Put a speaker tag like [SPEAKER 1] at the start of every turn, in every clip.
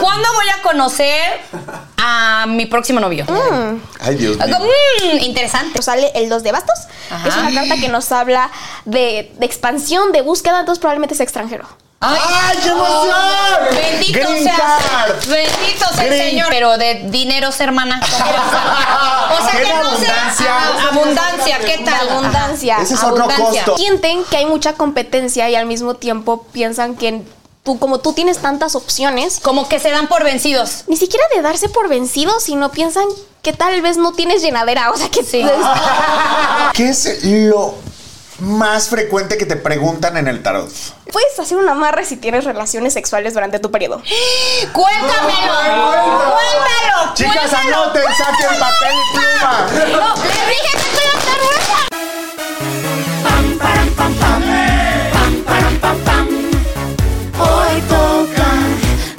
[SPEAKER 1] ¿Cuándo voy a conocer a mi próximo novio?
[SPEAKER 2] Ah, Ay, Dios mío.
[SPEAKER 1] Algo, mm, interesante.
[SPEAKER 3] Nos sale el 2 de bastos. que Es una carta que nos habla de, de expansión, de búsqueda, entonces probablemente es extranjero.
[SPEAKER 1] ¡Ay,
[SPEAKER 2] qué emoción!
[SPEAKER 1] Bendito
[SPEAKER 2] Green
[SPEAKER 1] sea.
[SPEAKER 2] card.
[SPEAKER 1] Bendito sea el
[SPEAKER 2] Green.
[SPEAKER 1] Señor. Pero de dineros, hermana. ¿cómo vas a- O sea
[SPEAKER 2] ¡Qué
[SPEAKER 1] que no
[SPEAKER 2] abundancia!
[SPEAKER 1] sea. Abundancia, ¿qué tal?
[SPEAKER 3] Abundancia.
[SPEAKER 2] Ese es otro
[SPEAKER 3] abundancia.
[SPEAKER 2] costo.
[SPEAKER 3] Sienten que hay mucha competencia y al mismo tiempo piensan que tú, como tú tienes tantas opciones,
[SPEAKER 1] Como que se dan por vencidos.
[SPEAKER 3] ni siquiera de darse por vencidos, sino piensan que tal vez no tienes llenadera. O sea que
[SPEAKER 1] Sí.
[SPEAKER 2] ¿Qué es lo más frecuente que te preguntan en el tarot?
[SPEAKER 3] puedes hacer un amarre si tienes relaciones sexuales durante tu periodo.
[SPEAKER 1] Cuéntamelo. Cuéntalo.
[SPEAKER 2] Chicas,
[SPEAKER 1] cuéntalo.
[SPEAKER 2] anoten, saquen papel y pluma.
[SPEAKER 1] No, les dije que estoy hasta gruesa.
[SPEAKER 4] Hoy toca,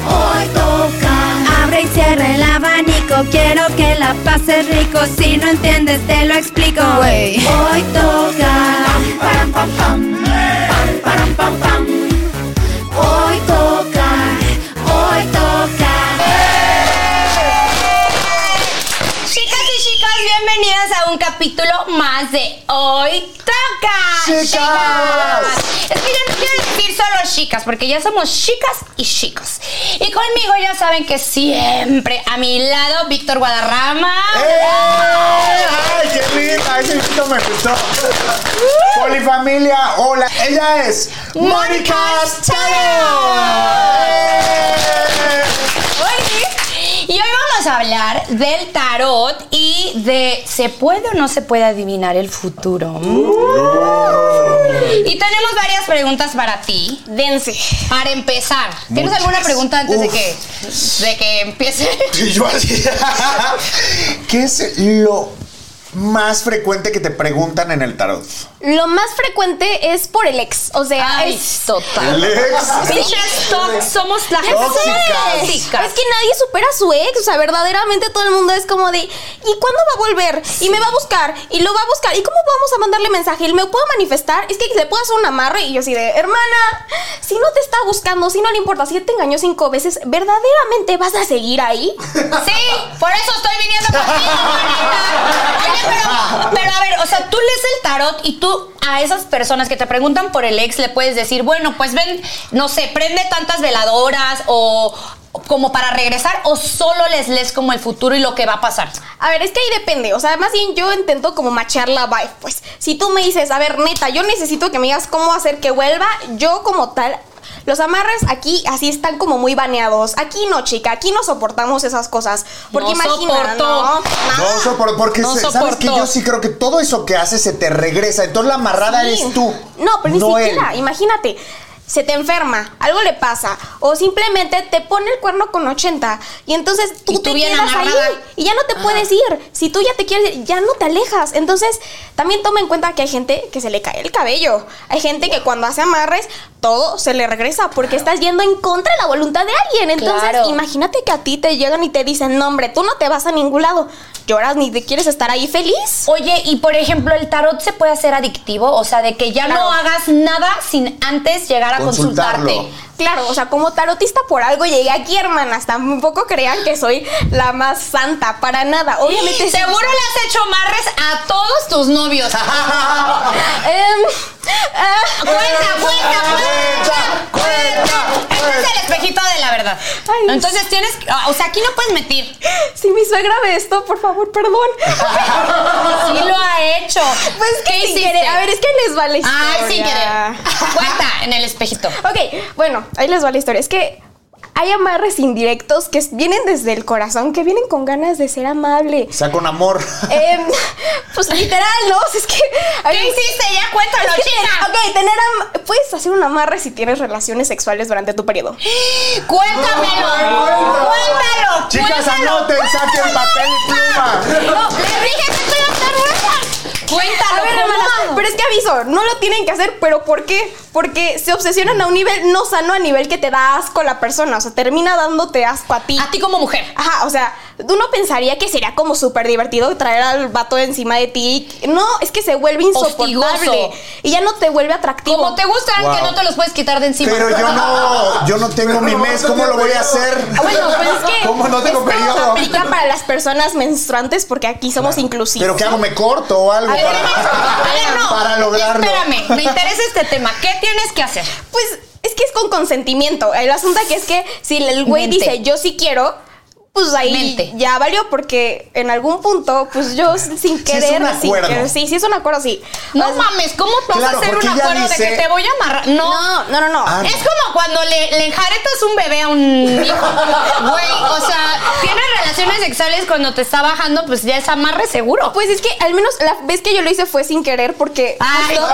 [SPEAKER 4] hoy toca. Abre y cierra el abanico, quiero que la pases rico. Si no entiendes, te lo explico. Hoy toca. Hoy toca, hoy toca.
[SPEAKER 1] Chicas y chicos, bienvenidas a un capítulo más de Hoy Toca.
[SPEAKER 2] Chicas.
[SPEAKER 1] Es que yo no quiero decir solo chicas, porque ya somos chicas y chicos. Y conmigo ya saben que siempre a mi lado, Víctor Guadarrama.
[SPEAKER 2] ¡Eh! ¡Ay, qué linda! Ese grito me gustó. Polifamilia, hola. Ella es Mónica Chávez.
[SPEAKER 1] Oye, Y hoy vamos a hablar del tarot y de ¿se puede o no se puede adivinar el futuro?
[SPEAKER 2] Uh.
[SPEAKER 1] Y tenemos varias preguntas para ti.
[SPEAKER 3] Dense.
[SPEAKER 1] Para empezar, ¿tienes
[SPEAKER 2] Muchas.
[SPEAKER 1] alguna pregunta antes de
[SPEAKER 2] Uf.
[SPEAKER 1] que, de que empiece?
[SPEAKER 2] Y yo así. ¿Qué es lo más frecuente que te preguntan en el tarot?
[SPEAKER 3] Lo más frecuente es por el ex. O sea,
[SPEAKER 1] Ay,
[SPEAKER 3] es.
[SPEAKER 1] total.
[SPEAKER 2] Alex.
[SPEAKER 1] Pinches tox, somos la gente
[SPEAKER 2] Tóxicas.
[SPEAKER 1] tóxica.
[SPEAKER 3] Es que nadie supera a su ex, o sea, verdaderamente todo el mundo es como de, ¿y cuándo va a volver? Y me va a buscar, y lo va a buscar, ¿y cómo vamos a mandarle mensaje? ¿Y me puedo manifestar? Es que le puedo hacer un amarre y yo así de, hermana, si no te está buscando, si no le importa, si ya te engañó cinco veces, ¿verdaderamente vas a seguir ahí?
[SPEAKER 1] Sí, por eso estoy viniendo contigo, Juanita. Oye, pero, pero a ver, o sea, tú lees el tarot y tú a esas personas que te preguntan por el ex le puedes decir, bueno, pues ven, no sé, prende tantas veladoras o como para regresar o solo les lees como el futuro y lo que va a pasar.
[SPEAKER 3] A ver, es que ahí depende, o sea, más bien yo intento como machear la vibe, pues, si tú me dices, a ver, neta, yo necesito que me digas cómo hacer que vuelva, yo como tal... Los amarres aquí así están como muy baneados. Aquí no, chica, aquí no soportamos esas cosas. Porque
[SPEAKER 1] No
[SPEAKER 3] imagina,
[SPEAKER 1] soporto.
[SPEAKER 3] ¿no? Ah,
[SPEAKER 2] No soporto, porque
[SPEAKER 1] No
[SPEAKER 2] se- sabes
[SPEAKER 1] soporto.
[SPEAKER 2] que yo sí creo que todo eso que haces se te regresa. Entonces la amarrada
[SPEAKER 3] Sí.
[SPEAKER 2] eres tú.
[SPEAKER 3] No, pero ni
[SPEAKER 2] él.
[SPEAKER 3] siquiera, imagínate. Se te enferma, algo le pasa, o simplemente te pone el cuerno con 80 y entonces tú,
[SPEAKER 1] Y tú
[SPEAKER 3] te
[SPEAKER 1] bien
[SPEAKER 3] quedas
[SPEAKER 1] amarrada.
[SPEAKER 3] ahí y ya no te puedes ir. Si tú ya te quieres ir, ya no te alejas. Entonces, también toma en cuenta que hay gente que se le cae el cabello. Hay gente que cuando hace amarres, todo se le regresa porque estás yendo en contra de la voluntad de alguien. Entonces,
[SPEAKER 1] Claro.
[SPEAKER 3] imagínate que a ti te llegan y te dicen, no, hombre, tú no te vas a ningún lado. Lloras ni te quieres estar ahí feliz.
[SPEAKER 1] Oye, y por ejemplo, el tarot se puede hacer adictivo, o sea, de que ya no
[SPEAKER 3] Claro.
[SPEAKER 1] hagas nada sin antes llegar a
[SPEAKER 2] Consultarlo.
[SPEAKER 1] consultarte.
[SPEAKER 3] Claro, o sea, como tarotista por algo llegué aquí, hermanas. Tampoco crean que soy la más santa, para nada. Obviamente sí.
[SPEAKER 1] Seguro le has hecho marres a todos tus novios.
[SPEAKER 3] Em, ah,
[SPEAKER 1] Cuenta, cuenta, cuenta.
[SPEAKER 2] Cuenta, cuenta,
[SPEAKER 1] Este es el espejito de la verdad.
[SPEAKER 3] Ay, Dios.
[SPEAKER 1] Entonces tienes. que- O sea, aquí no puedes meter.
[SPEAKER 3] ah, Si mi suegra ve esto, por favor, perdón.
[SPEAKER 1] Sí lo ha hecho.
[SPEAKER 3] Pues es que sin
[SPEAKER 1] hiciste?
[SPEAKER 3] querer- A ver, es que ahí les va la historia.
[SPEAKER 1] Ay, sin querer. Cuenta en el espejito.
[SPEAKER 3] Ok, bueno, ahí les va la historia. Es que hay amarres indirectos que vienen desde el corazón, que vienen con ganas de ser amable.
[SPEAKER 2] Saca un amor.
[SPEAKER 3] Em, pues literal, ¿no? O sea, Es que. a
[SPEAKER 1] ¿Qué
[SPEAKER 3] mí-
[SPEAKER 1] hiciste? Ya cuéntalo,
[SPEAKER 3] Es que
[SPEAKER 1] chica.
[SPEAKER 3] ten- ok, tener am- puedes hacer un amarre si tienes relaciones sexuales durante tu periodo.
[SPEAKER 1] Cuéntamelo. Cuéntalo.
[SPEAKER 2] Chicas,
[SPEAKER 1] cuéntalo.
[SPEAKER 2] anoten, saquen papel y pluma.
[SPEAKER 1] No, le dije que estoy aterrada. Cuéntalo.
[SPEAKER 3] A ver,
[SPEAKER 1] ¿cómo
[SPEAKER 3] hermanas,
[SPEAKER 1] hago?
[SPEAKER 3] pero es que aviso, no lo tienen que hacer, pero ¿por qué? Porque se obsesionan a un nivel no sano, a nivel que te da asco la persona, o sea, termina dándote asco a ti.
[SPEAKER 1] A ti como mujer.
[SPEAKER 3] Ajá, o sea, uno pensaría que sería como súper divertido traer al vato encima de ti. No, es que se vuelve insoportable.
[SPEAKER 1] Hostigoso.
[SPEAKER 3] Y ya no te vuelve atractivo.
[SPEAKER 1] Como te gustan,
[SPEAKER 2] Wow.
[SPEAKER 1] que no te los puedes quitar de encima.
[SPEAKER 2] Pero yo no, yo no tengo mi mes, ¿cómo lo voy a hacer?
[SPEAKER 3] Ah, Bueno, pues es que.
[SPEAKER 2] ¿Cómo no tengo
[SPEAKER 3] esto
[SPEAKER 2] periodo?
[SPEAKER 3] aplica para las personas menstruantes porque aquí somos inclusivos.
[SPEAKER 2] ¿Pero qué hago? ¿Me corto o algo?
[SPEAKER 1] A ver,
[SPEAKER 2] para-
[SPEAKER 1] a ver, no.
[SPEAKER 2] para lograrlo.
[SPEAKER 1] Espérame, me interesa este tema. ¿Qué tienes que hacer?
[SPEAKER 3] Pues es que es con consentimiento. El asunto aquí es que si el güey
[SPEAKER 1] Mente.
[SPEAKER 3] dice yo sí quiero, pues ahí
[SPEAKER 1] Mente.
[SPEAKER 3] ya valió porque en algún punto, pues yo sin
[SPEAKER 2] Sí es un
[SPEAKER 3] querer, sin
[SPEAKER 2] acuerdo.
[SPEAKER 3] querer- sí, sí es un acuerdo, sí.
[SPEAKER 1] No
[SPEAKER 3] O sea,
[SPEAKER 1] mames, ¿cómo vas
[SPEAKER 2] Claro,
[SPEAKER 1] a hacer un
[SPEAKER 2] porque ella
[SPEAKER 1] acuerdo de
[SPEAKER 2] dice-
[SPEAKER 1] que te voy a amarrar? No.
[SPEAKER 3] No, no, no, no.
[SPEAKER 2] Ah,
[SPEAKER 1] Es como cuando le, le enjaretas un bebé a un hijo. Güey, o sea, tienes relaciones sexuales cuando te está bajando, pues ya es amarre seguro.
[SPEAKER 3] Pues es que al menos la vez que yo lo hice fue sin querer porque
[SPEAKER 1] Ay,
[SPEAKER 3] justo-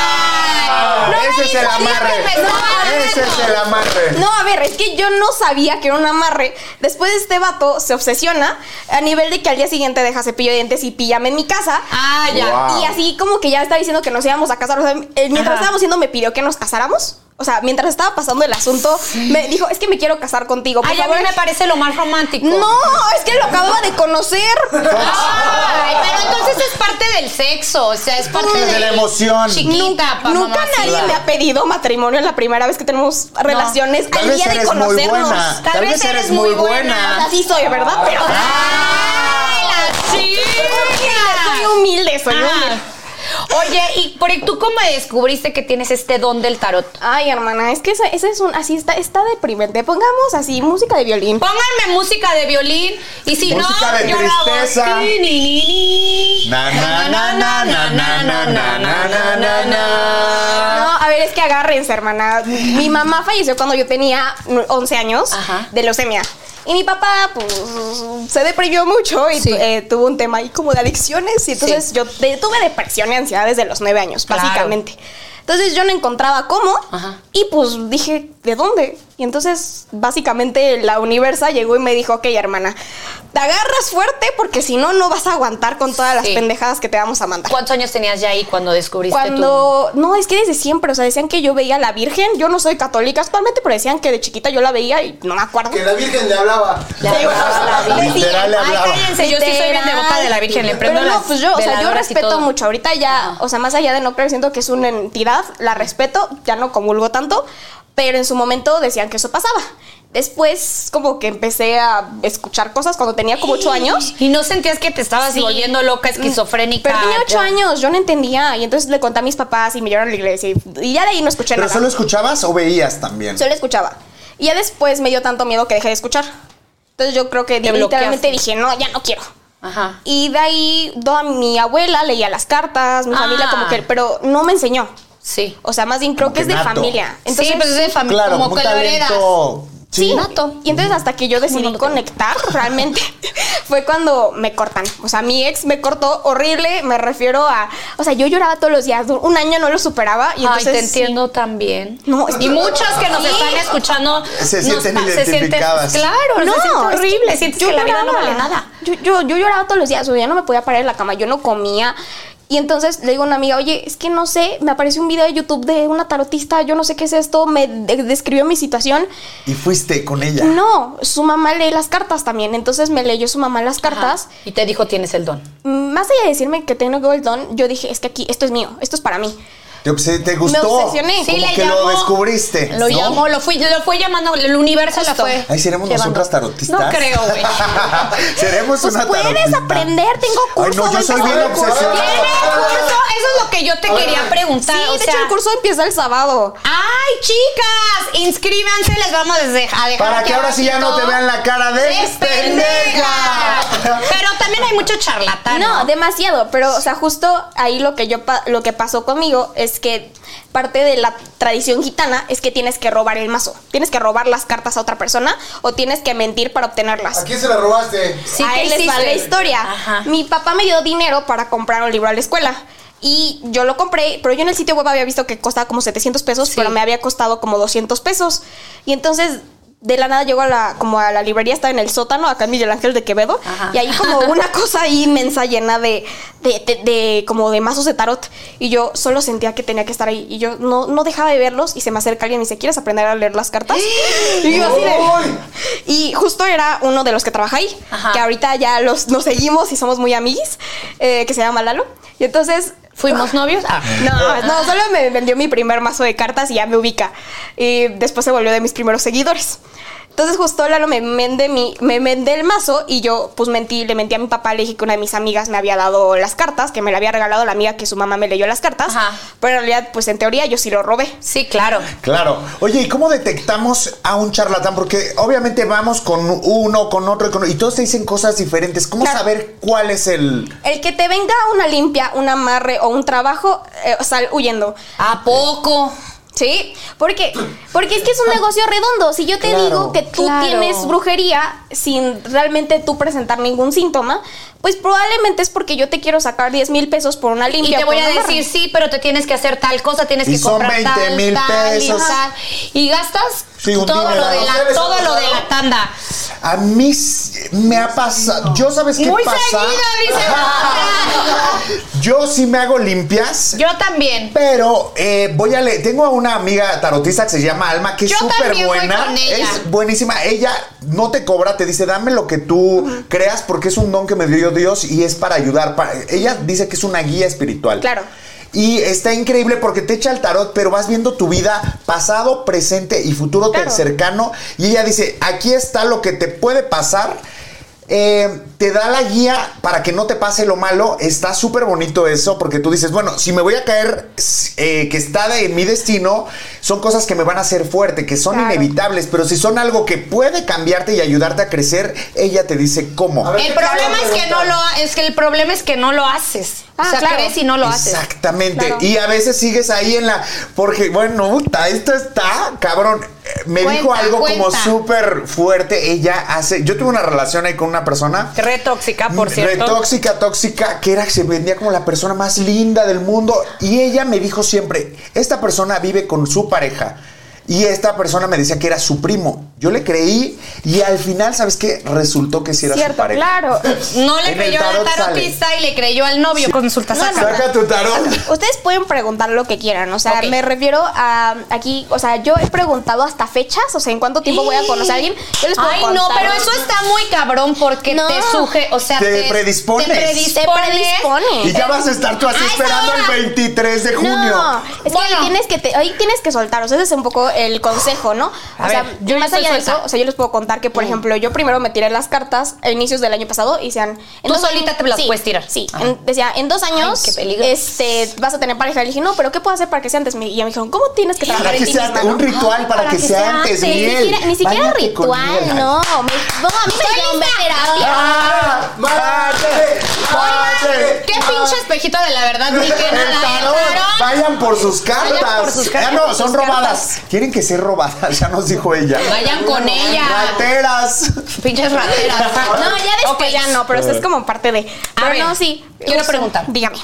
[SPEAKER 1] ay.
[SPEAKER 3] No,
[SPEAKER 2] Ese es el
[SPEAKER 3] no,
[SPEAKER 2] amarre.
[SPEAKER 3] no, no, no.
[SPEAKER 2] Ese es el amarre.
[SPEAKER 3] No, a ver, es que yo no sabía que era un amarre. Después este vato se obsesiona a nivel de que al día siguiente deja cepillo de dientes y píllame en mi casa.
[SPEAKER 1] Ah, ya.
[SPEAKER 2] Wow.
[SPEAKER 3] Y así como que ya estaba diciendo que nos íbamos a casar. O sea, eh, mientras
[SPEAKER 1] Ajá.
[SPEAKER 3] estábamos siendo, me pidió que nos casáramos. O sea, mientras estaba pasando el asunto, me dijo, es que me quiero casar contigo. Por
[SPEAKER 1] Ay, a mí
[SPEAKER 3] favor".
[SPEAKER 1] me parece lo más romántico.
[SPEAKER 3] No, es que lo acababa de conocer.
[SPEAKER 1] Ay, pero entonces es parte del sexo, o sea, es parte
[SPEAKER 2] De la emoción.
[SPEAKER 1] Chiquita, pa'
[SPEAKER 3] Nunca
[SPEAKER 1] mamacita.
[SPEAKER 3] nadie me ha pedido matrimonio en la primera vez que tenemos relaciones
[SPEAKER 2] Tal
[SPEAKER 3] al
[SPEAKER 2] vez
[SPEAKER 3] día de
[SPEAKER 2] eres muy
[SPEAKER 3] conocernos.
[SPEAKER 2] buena. Tal vez eres muy buena. Ah.
[SPEAKER 3] O sea, sí soy, ¿verdad? Pero.
[SPEAKER 1] ¡Ay, la chica!
[SPEAKER 3] Soy humilde, soy
[SPEAKER 1] Ah.
[SPEAKER 3] humilde.
[SPEAKER 1] Oye, ¿y por tú cómo descubriste que tienes este don del tarot?
[SPEAKER 3] Ay, hermana, es que ese, ese es un. Así está, está deprimente. Pongamos así música de violín.
[SPEAKER 1] Pónganme música de violín y si
[SPEAKER 2] Música
[SPEAKER 1] no,
[SPEAKER 2] de
[SPEAKER 1] yo la hago.
[SPEAKER 2] tristeza.
[SPEAKER 1] Ni, ni, ni, ni.
[SPEAKER 2] Na, na, na, na, na, na, na, na, na, na, na.
[SPEAKER 3] No, a ver, es que agárrense, hermana. Mi mamá falleció cuando yo tenía 11 años
[SPEAKER 1] Ajá.
[SPEAKER 3] de leucemia. Y mi papá, pues, se deprimió mucho y
[SPEAKER 1] Sí.
[SPEAKER 3] tu- eh, tuvo un tema ahí como de adicciones. Y entonces
[SPEAKER 1] Sí.
[SPEAKER 3] yo te- tuve depresión y ansiedad desde los 9 años,
[SPEAKER 1] Claro.
[SPEAKER 3] básicamente. Entonces yo no encontraba cómo.
[SPEAKER 1] Ajá.
[SPEAKER 3] Y pues dije, ¿de dónde? Y entonces, básicamente, la universa llegó y me dijo, ok, hermana, te agarras fuerte porque si no, no vas a aguantar con todas las
[SPEAKER 1] Sí.
[SPEAKER 3] pendejadas que te vamos a mandar.
[SPEAKER 1] ¿Cuántos años tenías ya ahí cuando descubriste tú?
[SPEAKER 3] Cuando. No, es que desde siempre, o sea, decían que yo veía a la Virgen. Yo no soy católica actualmente, pero decían que de chiquita yo la veía y no me acuerdo.
[SPEAKER 5] Que la Virgen le hablaba.
[SPEAKER 3] Sí, pues, la Virgen.
[SPEAKER 2] Literal le
[SPEAKER 1] Ay,
[SPEAKER 2] hablaba.
[SPEAKER 1] cállense, yo sí soy bien devota de la Virgen, le prendo
[SPEAKER 3] Pero no,
[SPEAKER 1] las
[SPEAKER 3] pues yo, o sea, yo
[SPEAKER 1] veladoras y todo.
[SPEAKER 3] respeto mucho. Ahorita ya,
[SPEAKER 1] Ajá.
[SPEAKER 3] o sea, más allá de no creer, siento que es una entidad, la respeto, ya no comulgo tanto, pero en su momento decían que eso pasaba. Después, como que empecé a escuchar cosas cuando tenía como ocho años.
[SPEAKER 1] Y no sentías que te estabas
[SPEAKER 3] Sí.
[SPEAKER 1] volviendo loca, esquizofrénica.
[SPEAKER 3] Pero tenía ocho
[SPEAKER 1] Ya.
[SPEAKER 3] años, yo no entendía. Y entonces le conté a mis papás y me llevaron a la iglesia. Y, y ya de ahí no escuché
[SPEAKER 2] ¿Pero
[SPEAKER 3] nada.
[SPEAKER 2] solo escuchabas o veías también?
[SPEAKER 3] Solo escuchaba. Y ya después me dio tanto miedo que dejé de escuchar. Entonces yo creo que
[SPEAKER 1] Te bloqueaste.
[SPEAKER 3] literalmente dije, no, ya no quiero.
[SPEAKER 1] Ajá.
[SPEAKER 3] Y de ahí, toda mi abuela leía las cartas, mi
[SPEAKER 1] Ah.
[SPEAKER 3] familia como que, pero no me enseñó.
[SPEAKER 1] Sí.
[SPEAKER 3] O sea, más bien creo
[SPEAKER 2] Como
[SPEAKER 3] que es
[SPEAKER 2] que
[SPEAKER 3] de
[SPEAKER 2] nato.
[SPEAKER 3] familia. Entonces,
[SPEAKER 1] sí, pues es de familia,
[SPEAKER 2] Claro,
[SPEAKER 1] como
[SPEAKER 2] como un
[SPEAKER 1] que lo heredas.
[SPEAKER 2] talento.
[SPEAKER 3] Sí,
[SPEAKER 1] Nato.
[SPEAKER 3] Y entonces hasta que yo decidí
[SPEAKER 1] no lo tengo?
[SPEAKER 3] conectar realmente fue cuando me cortan. O sea, mi ex me cortó horrible, me refiero a... O sea, yo lloraba todos los días, un año no lo superaba y entonces...
[SPEAKER 1] Ay, te
[SPEAKER 3] sí.
[SPEAKER 1] entiendo también.
[SPEAKER 3] No, es
[SPEAKER 1] y
[SPEAKER 3] que-
[SPEAKER 1] muchas que nos están escuchando
[SPEAKER 2] Se
[SPEAKER 1] nos
[SPEAKER 2] sienten
[SPEAKER 1] pa- se sienten-
[SPEAKER 2] identificadas.
[SPEAKER 1] claro, no, se siente
[SPEAKER 3] es que
[SPEAKER 1] horrible. sientes
[SPEAKER 3] yo
[SPEAKER 1] que la vida no
[SPEAKER 3] lloraba.
[SPEAKER 1] vale nada.
[SPEAKER 3] Yo, yo, yo lloraba todos los días, o sea, ya no me podía parar en la cama, yo no comía. Y entonces le digo a una amiga, oye, es que no sé, me apareció un video de YouTube de una tarotista, yo no sé qué es esto, me de- describió mi situación.
[SPEAKER 2] Y fuiste con ella.
[SPEAKER 3] No, su mamá lee las cartas también, entonces me leyó su mamá las cartas.
[SPEAKER 1] Ajá. Y te dijo, tienes el don.
[SPEAKER 3] Mm, Más allá de decirme que tengo el don, yo dije, es que aquí, esto es mío, esto es para mí.
[SPEAKER 2] Te, obs- te gustó.
[SPEAKER 3] obsesioné.
[SPEAKER 1] Sí,
[SPEAKER 2] Como
[SPEAKER 1] le
[SPEAKER 2] que
[SPEAKER 1] llamó.
[SPEAKER 2] lo descubriste.
[SPEAKER 1] Lo
[SPEAKER 2] ¿no?
[SPEAKER 1] llamó, lo, fui, lo fue llamando, el universo la fue.
[SPEAKER 2] Ahí seremos
[SPEAKER 1] llevando.
[SPEAKER 2] nosotras tarotistas.
[SPEAKER 1] No creo, güey.
[SPEAKER 2] seremos
[SPEAKER 3] Pues
[SPEAKER 2] una
[SPEAKER 3] puedes
[SPEAKER 2] tarotista.
[SPEAKER 3] aprender, tengo
[SPEAKER 2] Ay,
[SPEAKER 3] curso.
[SPEAKER 2] no, yo
[SPEAKER 3] ven,
[SPEAKER 2] soy
[SPEAKER 3] tengo
[SPEAKER 2] bien
[SPEAKER 3] el curso.
[SPEAKER 2] obsesionada.
[SPEAKER 1] ¿Tiene curso? Eso es lo que yo te quería
[SPEAKER 3] Sí,
[SPEAKER 1] preguntar. o
[SPEAKER 3] de hecho
[SPEAKER 1] sea-
[SPEAKER 3] el curso empieza el sábado.
[SPEAKER 1] ¡Ay, chicas! Inscríbanse, les vamos a dej- a dejar.
[SPEAKER 2] Para
[SPEAKER 1] aquí
[SPEAKER 2] que ahora sí ya no
[SPEAKER 1] abajito.
[SPEAKER 2] te vean la cara de
[SPEAKER 1] ¡Es pendeja! Pero también hay mucho charlatán.
[SPEAKER 3] No, demasiado, pero o sea, justo ahí lo que yo pa- lo que pasó conmigo es que parte de la tradición gitana es que tienes que robar el mazo, tienes que robar las cartas a otra persona o tienes que mentir para obtenerlas.
[SPEAKER 5] ¿A quién se la robaste?
[SPEAKER 1] Sí,
[SPEAKER 3] Ahí
[SPEAKER 1] ¿qué
[SPEAKER 3] les va
[SPEAKER 1] hiciste?
[SPEAKER 3] la historia.
[SPEAKER 1] Ajá.
[SPEAKER 3] Mi papá me dio dinero para comprar un libro a la escuela. Y yo lo compré, pero yo en el sitio web había visto que costaba como 700 pesos,
[SPEAKER 1] Sí.
[SPEAKER 3] pero me había costado como 200 pesos. Y entonces, de la nada, llego a la, como a la librería, estaba en el sótano, acá en Miguel Ángel de Quevedo.
[SPEAKER 1] Ajá.
[SPEAKER 3] Y ahí como una cosa inmensa llena de, de, de- de- como de mazos de tarot. Y yo solo sentía que tenía que estar ahí. Y yo no, no dejaba de verlos. Y se me acerca alguien y me dice, ¿quieres aprender a leer las cartas? y yo así de... Y justo era uno de los que trabaja ahí,
[SPEAKER 1] Ajá.
[SPEAKER 3] que ahorita ya los, nos seguimos y somos muy amiguis, eh, que se llama Lalo. Y entonces...
[SPEAKER 1] ¿Fuimos novios? Ah.
[SPEAKER 3] No, no, solo me vendió mi primer mazo de cartas y ya me ubica. Y después se volvió de mis primeros seguidores. Entonces justo Lalo me vende, mi, me vende el mazo y yo pues mentí, le mentí a mi papá, le dije que una de mis amigas me había dado las cartas, que me la había regalado la amiga que su mamá me leyó las cartas.
[SPEAKER 1] Ajá.
[SPEAKER 3] Pero en realidad pues en teoría yo sí lo robé.
[SPEAKER 1] Sí, claro.
[SPEAKER 2] Claro. Oye, ¿y cómo detectamos a un charlatán? Porque obviamente vamos con uno, con otro y, con- y todos te dicen cosas diferentes. ¿Cómo
[SPEAKER 3] Claro.
[SPEAKER 2] saber cuál es el...?
[SPEAKER 3] El que te venga una limpia, un amarre o un trabajo, eh, sal huyendo.
[SPEAKER 1] ¿A poco?
[SPEAKER 3] Sí, porque porque es que es un negocio redondo. Si yo te
[SPEAKER 2] Claro.
[SPEAKER 3] digo que tú
[SPEAKER 1] Claro.
[SPEAKER 3] tienes brujería sin realmente tú presentar ningún síntoma, pues probablemente es porque yo te quiero sacar 10 mil pesos por una
[SPEAKER 1] Y
[SPEAKER 3] limpia.
[SPEAKER 1] te
[SPEAKER 3] por
[SPEAKER 1] voy a
[SPEAKER 3] un amarre.
[SPEAKER 1] decir, sí, pero te tienes que hacer tal cosa, tienes
[SPEAKER 2] Y
[SPEAKER 1] que
[SPEAKER 2] son
[SPEAKER 1] comprar
[SPEAKER 2] 20
[SPEAKER 1] tal,
[SPEAKER 2] mil
[SPEAKER 1] tal y
[SPEAKER 2] pesos.
[SPEAKER 1] tal. Y gastas
[SPEAKER 2] Sí, un
[SPEAKER 1] todo, lo
[SPEAKER 2] dineral.
[SPEAKER 1] de la,
[SPEAKER 5] Ustedes
[SPEAKER 1] todo
[SPEAKER 5] han
[SPEAKER 1] lo de
[SPEAKER 5] usado-
[SPEAKER 1] la tanda.
[SPEAKER 2] A mí s- me ha pasado... ¿Yo sabes qué
[SPEAKER 1] Muy
[SPEAKER 2] pasa?
[SPEAKER 1] seguido, dice Bárbara.
[SPEAKER 2] Yo sí me hago limpias.
[SPEAKER 1] Yo también.
[SPEAKER 2] Pero eh, voy a leer. Tengo a una amiga tarotista que se llama Alma, que es
[SPEAKER 1] Yo
[SPEAKER 2] súper
[SPEAKER 1] también voy
[SPEAKER 2] buena.
[SPEAKER 1] con ella.
[SPEAKER 2] Es buenísima. Ella no te cobra, te dice, dame lo que tú creas, porque es un don que me dio Dios y es para ayudar. para- Ella dice que es una guía espiritual.
[SPEAKER 3] Claro.
[SPEAKER 2] Y está increíble porque te echa el tarot, pero vas viendo tu vida pasado, presente y futuro
[SPEAKER 3] Claro.
[SPEAKER 2] cercano. Y ella dice, aquí está lo que te puede pasar. Eh, te da la guía para que no te pase lo malo. Está súper bonito eso porque tú dices, bueno, si me voy a caer, s- eh, que está de mi destino, son cosas que me van a hacer fuerte, que son
[SPEAKER 3] Claro.
[SPEAKER 2] inevitables, pero si son algo que puede cambiarte y ayudarte a crecer, ella te dice cómo.
[SPEAKER 5] A ver,
[SPEAKER 1] El
[SPEAKER 5] ¿qué tal
[SPEAKER 1] problema
[SPEAKER 5] la
[SPEAKER 1] es que
[SPEAKER 5] pregunta?
[SPEAKER 1] no lo ha- es que el problema es que no lo haces.
[SPEAKER 3] Ah,
[SPEAKER 1] o sea,
[SPEAKER 3] claro.
[SPEAKER 1] crees y no lo haces.
[SPEAKER 2] Exactamente.
[SPEAKER 3] Claro.
[SPEAKER 2] Y a veces sigues ahí en la. Porque, bueno, puta, esto está, cabrón. Eh, Me
[SPEAKER 1] Cuenta,
[SPEAKER 2] dijo algo como
[SPEAKER 1] cuenta.
[SPEAKER 2] súper fuerte. Ella hace. Yo tuve una relación ahí con una persona.
[SPEAKER 1] Re tóxica, por cierto.
[SPEAKER 2] Retóxica, tóxica, que era se vendía como la persona más linda del mundo. Y ella me dijo siempre: Esta persona vive con su pareja. Y esta persona me decía que era su primo. Yo le creí y al final, ¿sabes qué? Resultó que sí era su
[SPEAKER 3] Cierto,
[SPEAKER 2] pareja.
[SPEAKER 3] claro.
[SPEAKER 1] No
[SPEAKER 2] En
[SPEAKER 1] le
[SPEAKER 2] el
[SPEAKER 1] creyó al
[SPEAKER 2] tarot sale.
[SPEAKER 1] tarotista y le creyó al novio. Consulta sacra.
[SPEAKER 2] Saca tu tarot.
[SPEAKER 3] Ustedes pueden preguntar lo que quieran, o sea,
[SPEAKER 1] Ok.
[SPEAKER 3] me refiero a aquí, o sea, yo he preguntado hasta fechas, o sea, en cuánto tiempo voy a conocer a alguien. Yo les puedo
[SPEAKER 1] Ay, no,
[SPEAKER 3] contar.
[SPEAKER 1] pero eso está muy cabrón porque
[SPEAKER 3] No.
[SPEAKER 1] te suge, o sea,
[SPEAKER 2] Te predispones.
[SPEAKER 1] Te
[SPEAKER 3] te
[SPEAKER 1] predispones.
[SPEAKER 3] predispone.
[SPEAKER 2] Y ya vas a estar tú así
[SPEAKER 1] A esa
[SPEAKER 2] esperando
[SPEAKER 1] hora.
[SPEAKER 2] el 23 de junio.
[SPEAKER 3] No, es que
[SPEAKER 1] Bueno.
[SPEAKER 3] ahí tienes que, te- ahí tienes que soltar, o sea, ese es un poco el consejo, ¿no? O
[SPEAKER 1] A
[SPEAKER 3] sea,
[SPEAKER 1] ver, yo ya
[SPEAKER 3] más
[SPEAKER 1] estoy
[SPEAKER 3] allá de eso,
[SPEAKER 1] suelta.
[SPEAKER 3] o sea, yo les puedo contar que,
[SPEAKER 2] Mm.
[SPEAKER 3] por ejemplo, yo primero me tiré las cartas a inicios del año pasado y sean...
[SPEAKER 1] solita te las puedes tirar.
[SPEAKER 3] Sí,
[SPEAKER 2] Ah.
[SPEAKER 3] en- decía, en dos años,
[SPEAKER 1] qué peligro.
[SPEAKER 3] este, vas a tener pareja. Le dije, no, pero ¿qué puedo hacer para que sea antes? Y ya me dijeron, ¿cómo tienes que trabajar
[SPEAKER 2] Para
[SPEAKER 3] en
[SPEAKER 2] que
[SPEAKER 3] ti
[SPEAKER 2] sea
[SPEAKER 3] misma,
[SPEAKER 2] un
[SPEAKER 3] no? Ah,
[SPEAKER 2] ritual, para, que, sea antes,
[SPEAKER 3] Ni
[SPEAKER 2] Miguel.
[SPEAKER 3] siquiera, ni siquiera
[SPEAKER 2] Báñate con
[SPEAKER 3] ritual,
[SPEAKER 2] miel.
[SPEAKER 3] no. Me, no, a mí me dijeron, ve terapia.
[SPEAKER 2] ¡Ah! ¡Mate! ¡Mate!
[SPEAKER 1] Qué pinche espejito de la verdad, ni que nada.
[SPEAKER 2] Ah,
[SPEAKER 1] ¿eh?
[SPEAKER 2] El
[SPEAKER 1] El
[SPEAKER 2] tarot.
[SPEAKER 1] tarot.
[SPEAKER 2] Vayan por sus cartas.
[SPEAKER 1] Vayan por sus cartas,
[SPEAKER 2] Ya no,
[SPEAKER 1] por
[SPEAKER 2] son
[SPEAKER 1] sus
[SPEAKER 2] robadas.
[SPEAKER 1] cartas.
[SPEAKER 2] Quieren que sea robadas, ya nos dijo ella.
[SPEAKER 1] Vayan con ella.
[SPEAKER 2] Rateras.
[SPEAKER 1] Pinches rateras.
[SPEAKER 3] No, ya
[SPEAKER 1] Ok.
[SPEAKER 3] después ya no, pero eso
[SPEAKER 2] Eh.
[SPEAKER 3] es como parte de...
[SPEAKER 1] A
[SPEAKER 3] Pero
[SPEAKER 1] ver,
[SPEAKER 3] no, sí.
[SPEAKER 1] quiero
[SPEAKER 3] o sea,
[SPEAKER 1] preguntar.
[SPEAKER 3] Dígame.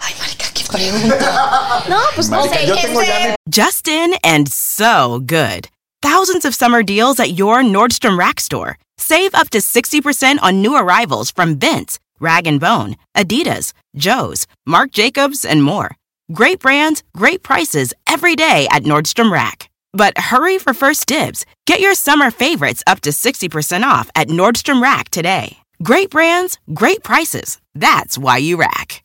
[SPEAKER 1] Ay, marica, qué pregunta.
[SPEAKER 3] No, pues no
[SPEAKER 2] Marica,
[SPEAKER 3] sé.
[SPEAKER 2] yo tengo
[SPEAKER 1] este,
[SPEAKER 2] ya mi
[SPEAKER 6] Justin and so good. Thousands of summer deals at your Nordstrom Rack store. Save up to 60% on new arrivals from Vince, Rag & Bone, Adidas, Joe's, Marc Jacobs, and more. Great brands, great prices every day at Nordstrom Rack. But hurry for first dibs. Get your summer favorites up to 60% off at Nordstrom Rack today. Great brands, great prices. That's why you rack.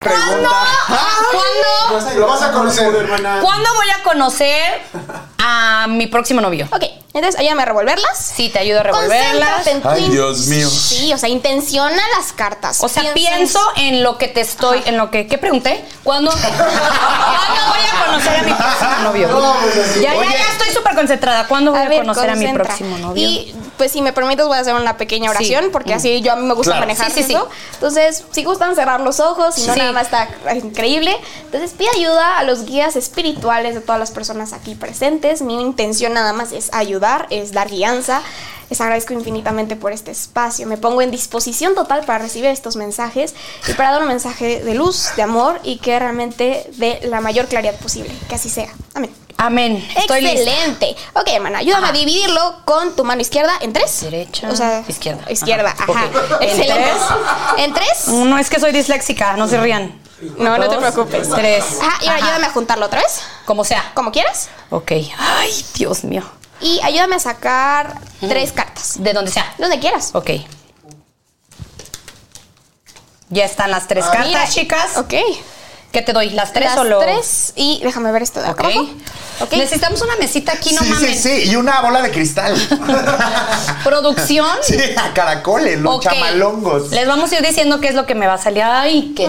[SPEAKER 2] Pregunta. Ah,
[SPEAKER 1] Ah.
[SPEAKER 2] pues,
[SPEAKER 1] ¿Cuándo?
[SPEAKER 2] Lo vas a conocer,
[SPEAKER 1] ¿Cuándo voy a conocer a mi próximo novio?
[SPEAKER 3] Ok, entonces ayúdame a revolverlas.
[SPEAKER 1] Sí, te ayudo a revolverlas.
[SPEAKER 3] Concéntrate en tu
[SPEAKER 2] Ay,
[SPEAKER 3] in-
[SPEAKER 2] Dios mío.
[SPEAKER 3] Sí, o sea, intenciona las cartas.
[SPEAKER 1] O sea,
[SPEAKER 3] Piensa en-
[SPEAKER 1] pienso en lo que te estoy, en lo que, ¿qué pregunté? ¿Cuándo, ¿cuándo voy a conocer a mi próximo novio?
[SPEAKER 2] No, pues así.
[SPEAKER 1] ya, ya,
[SPEAKER 2] Oye.
[SPEAKER 1] ya estoy súper concentrada. ¿Cuándo voy a,
[SPEAKER 3] ver,
[SPEAKER 1] conocer a mi
[SPEAKER 3] concentra.
[SPEAKER 1] próximo novio?
[SPEAKER 3] Y pues si me permites voy a hacer una pequeña oración
[SPEAKER 1] Sí.
[SPEAKER 3] porque así yo a mí me gusta
[SPEAKER 2] Claro.
[SPEAKER 3] manejar
[SPEAKER 1] Sí, sí, sí.
[SPEAKER 3] eso. Entonces, si gustan cerrar los ojos, si no
[SPEAKER 1] Sí.
[SPEAKER 3] nada más está increíble. Entonces, pide ayuda a los guías espirituales de todas las personas aquí presentes. Mi intención nada más es ayudar, es dar guianza. Les agradezco infinitamente por este espacio. Me pongo en disposición total para recibir estos mensajes y para dar un mensaje de luz, de amor y que realmente dé la mayor claridad posible. Que así sea. Amén.
[SPEAKER 1] Amén. Estoy lista.
[SPEAKER 3] Excelente. Ok, hermana, ayúdame a dividirlo con tu mano izquierda en tres.
[SPEAKER 1] Derecha,
[SPEAKER 3] O sea,
[SPEAKER 1] izquierda.
[SPEAKER 3] Izquierda, ajá.
[SPEAKER 1] Ok. En
[SPEAKER 3] Excelente.
[SPEAKER 1] tres.
[SPEAKER 3] En tres.
[SPEAKER 1] No es que soy disléxica, no se rían.
[SPEAKER 3] No, no te
[SPEAKER 1] Mm, Dos,
[SPEAKER 3] preocupes.
[SPEAKER 1] Tres.
[SPEAKER 3] Ajá, y ahora
[SPEAKER 1] Ajá.
[SPEAKER 3] ayúdame a juntarlo otra vez.
[SPEAKER 1] Como sea.
[SPEAKER 3] Como quieras.
[SPEAKER 1] Ok. Ay, Dios mío.
[SPEAKER 3] Y ayúdame a sacar tres cartas.
[SPEAKER 1] De donde sea.
[SPEAKER 3] Donde quieras.
[SPEAKER 1] Mm. Ok. Ya están las tres cartas,
[SPEAKER 3] Ah, Mira,
[SPEAKER 1] chicas.
[SPEAKER 3] Ok.
[SPEAKER 1] ¿Qué te doy? ¿Las tres
[SPEAKER 3] Las
[SPEAKER 1] o lo...?
[SPEAKER 3] tres. Y déjame ver esto de
[SPEAKER 1] Ok.
[SPEAKER 3] acá abajo. Ok.
[SPEAKER 1] Necesitamos una mesita aquí, no
[SPEAKER 2] Sí, sí,
[SPEAKER 1] mames.
[SPEAKER 2] sí. Y una bola de cristal.
[SPEAKER 1] Producción.
[SPEAKER 2] Sí, a caracoles, los
[SPEAKER 1] Ok.
[SPEAKER 2] chamalongos.
[SPEAKER 1] Les vamos a ir diciendo qué es lo que me va a salir. Ay, qué.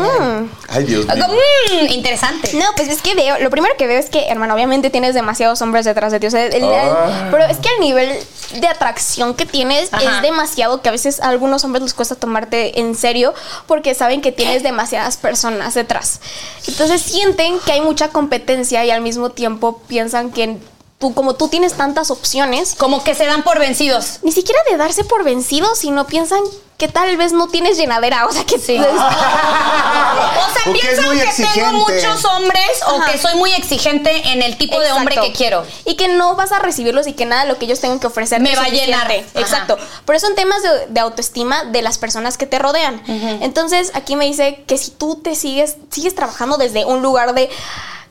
[SPEAKER 2] Ay, Dios mío.
[SPEAKER 1] Algo, mm, interesante.
[SPEAKER 3] No, pues es que veo, lo primero que veo es que, hermano, obviamente tienes demasiados hombres detrás de ti. O sea, el- el-
[SPEAKER 2] Ah.
[SPEAKER 3] pero es que el nivel de atracción que tienes
[SPEAKER 1] Ajá.
[SPEAKER 3] es demasiado que a veces a algunos hombres les cuesta tomarte en serio porque saben que tienes demasiadas personas detrás. Entonces sienten que hay mucha competencia y al mismo tiempo piensan que tú, como tú tienes tantas opciones,
[SPEAKER 1] Como que se dan por vencidos.
[SPEAKER 3] ni siquiera de darse por vencidos, sino piensan que tal vez no tienes llenadera. O sea, que sí.
[SPEAKER 1] O sea,
[SPEAKER 2] O que es
[SPEAKER 1] piensan
[SPEAKER 2] muy
[SPEAKER 1] que
[SPEAKER 2] exigente.
[SPEAKER 1] tengo muchos hombres o
[SPEAKER 3] Ajá.
[SPEAKER 1] que soy muy exigente en el tipo de hombre
[SPEAKER 3] Exacto.
[SPEAKER 1] que quiero.
[SPEAKER 3] Y que no vas a recibirlos y que nada de lo que ellos tengan que ofrecer
[SPEAKER 1] Me
[SPEAKER 3] es
[SPEAKER 1] va a llenar.
[SPEAKER 3] suficiente.
[SPEAKER 1] Ajá.
[SPEAKER 3] Exacto. Pero son temas de, de autoestima de las personas que te rodean. Entonces, aquí me dice que si tú te sigues, sigues trabajando desde un lugar de,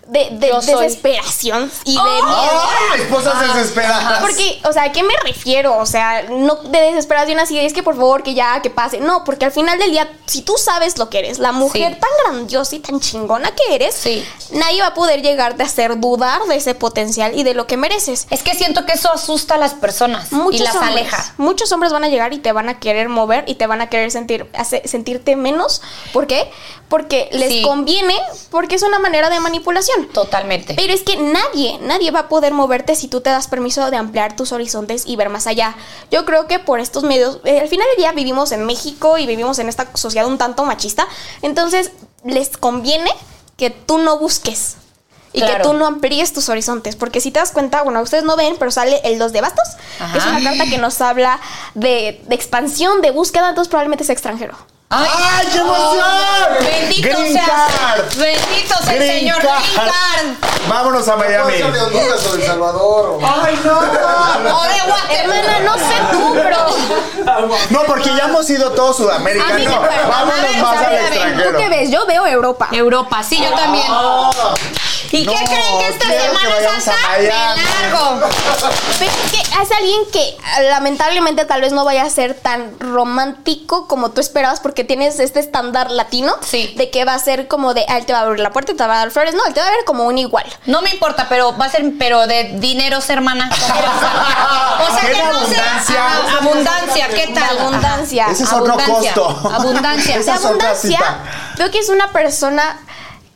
[SPEAKER 3] de, de
[SPEAKER 1] Yo soy.
[SPEAKER 3] desesperación y de
[SPEAKER 1] ¡Oh!
[SPEAKER 3] miedo.
[SPEAKER 2] ¡Ay, esposas desesperadas!
[SPEAKER 3] Porque, o sea, ¿a qué me refiero? O sea, no te desesperas de una así, es que por favor, que ya, que pase. No, porque al final del día, si tú sabes lo que eres, la mujer
[SPEAKER 1] Sí.
[SPEAKER 3] tan grandiosa y tan chingona que eres,
[SPEAKER 1] Sí.
[SPEAKER 3] nadie va a poder llegarte a hacer dudar de ese potencial y de lo que mereces.
[SPEAKER 1] Es que siento que eso asusta a las personas
[SPEAKER 3] Muchos
[SPEAKER 1] y las
[SPEAKER 3] hombres,
[SPEAKER 1] aleja.
[SPEAKER 3] Muchos hombres van a llegar y te van a querer mover y te van a querer sentir, hace- sentirte menos. ¿Por qué? Porque les
[SPEAKER 1] Sí.
[SPEAKER 3] conviene, porque es una manera de manipulación.
[SPEAKER 1] Totalmente.
[SPEAKER 3] Pero es que nadie, nadie va a poder moverte si tú te das permiso de ampliar tus horizontes y ver más allá. Yo creo que por estos medios, eh, al final del día vivimos en México y vivimos en esta sociedad un tanto machista, entonces les conviene que tú no busques. Y que
[SPEAKER 1] Claro.
[SPEAKER 3] tú no amplíes tus horizontes, porque si te das cuenta, bueno, ustedes no ven, pero sale el 2 de bastos.
[SPEAKER 1] Ajá.
[SPEAKER 3] Es una carta que nos habla de, de expansión, de búsqueda, entonces probablemente es extranjero.
[SPEAKER 1] ¡Ay,
[SPEAKER 2] ¡Ay, qué emoción!
[SPEAKER 1] Bendito
[SPEAKER 2] Green
[SPEAKER 1] sea.
[SPEAKER 2] card.
[SPEAKER 1] Bendito sea el
[SPEAKER 2] Green
[SPEAKER 1] señor
[SPEAKER 2] card.
[SPEAKER 1] Green Card.
[SPEAKER 2] Vámonos a Miami.
[SPEAKER 5] o de El Salvador.
[SPEAKER 2] ¡Ay, no!
[SPEAKER 1] O de Guatemala.
[SPEAKER 3] Hermana, no sé tú, pero.
[SPEAKER 2] No, porque ya hemos ido todos
[SPEAKER 3] A mí me
[SPEAKER 2] sudamericanos.
[SPEAKER 3] parece-
[SPEAKER 1] A
[SPEAKER 2] Vámonos
[SPEAKER 1] ver,
[SPEAKER 2] más
[SPEAKER 1] a
[SPEAKER 2] al
[SPEAKER 1] ver, a ver,
[SPEAKER 3] ¿Tú
[SPEAKER 2] extranjero.
[SPEAKER 3] qué ves? Yo veo Europa.
[SPEAKER 1] Europa, sí, yo también. ¿Y
[SPEAKER 2] Oh. No,
[SPEAKER 1] qué creen que esta
[SPEAKER 2] quiero que
[SPEAKER 1] Semana
[SPEAKER 2] vayamos a
[SPEAKER 1] Santa? Me
[SPEAKER 2] Miami.
[SPEAKER 1] largo.
[SPEAKER 3] Pero es que es alguien que ah, lamentablemente tal vez no vaya a ser tan romántico como tú esperabas porque tienes este estándar latino
[SPEAKER 1] Sí.
[SPEAKER 3] de que va a ser como de, ah, él te va a abrir la puerta y te va a dar flores. No, él te va a ver como un igual.
[SPEAKER 1] No me importa, pero va a ser, pero de dineros, hermana. O sea,
[SPEAKER 2] ¿Qué
[SPEAKER 1] que no
[SPEAKER 2] abundancia?
[SPEAKER 1] sea ah, abundancia, ¿qué tal?
[SPEAKER 3] Abundancia.
[SPEAKER 2] Ese es otro
[SPEAKER 1] Abundancia.
[SPEAKER 2] costo.
[SPEAKER 1] Abundancia.
[SPEAKER 2] Esa es
[SPEAKER 3] De
[SPEAKER 2] otra
[SPEAKER 3] abundancia,
[SPEAKER 2] cita.
[SPEAKER 3] veo que es una persona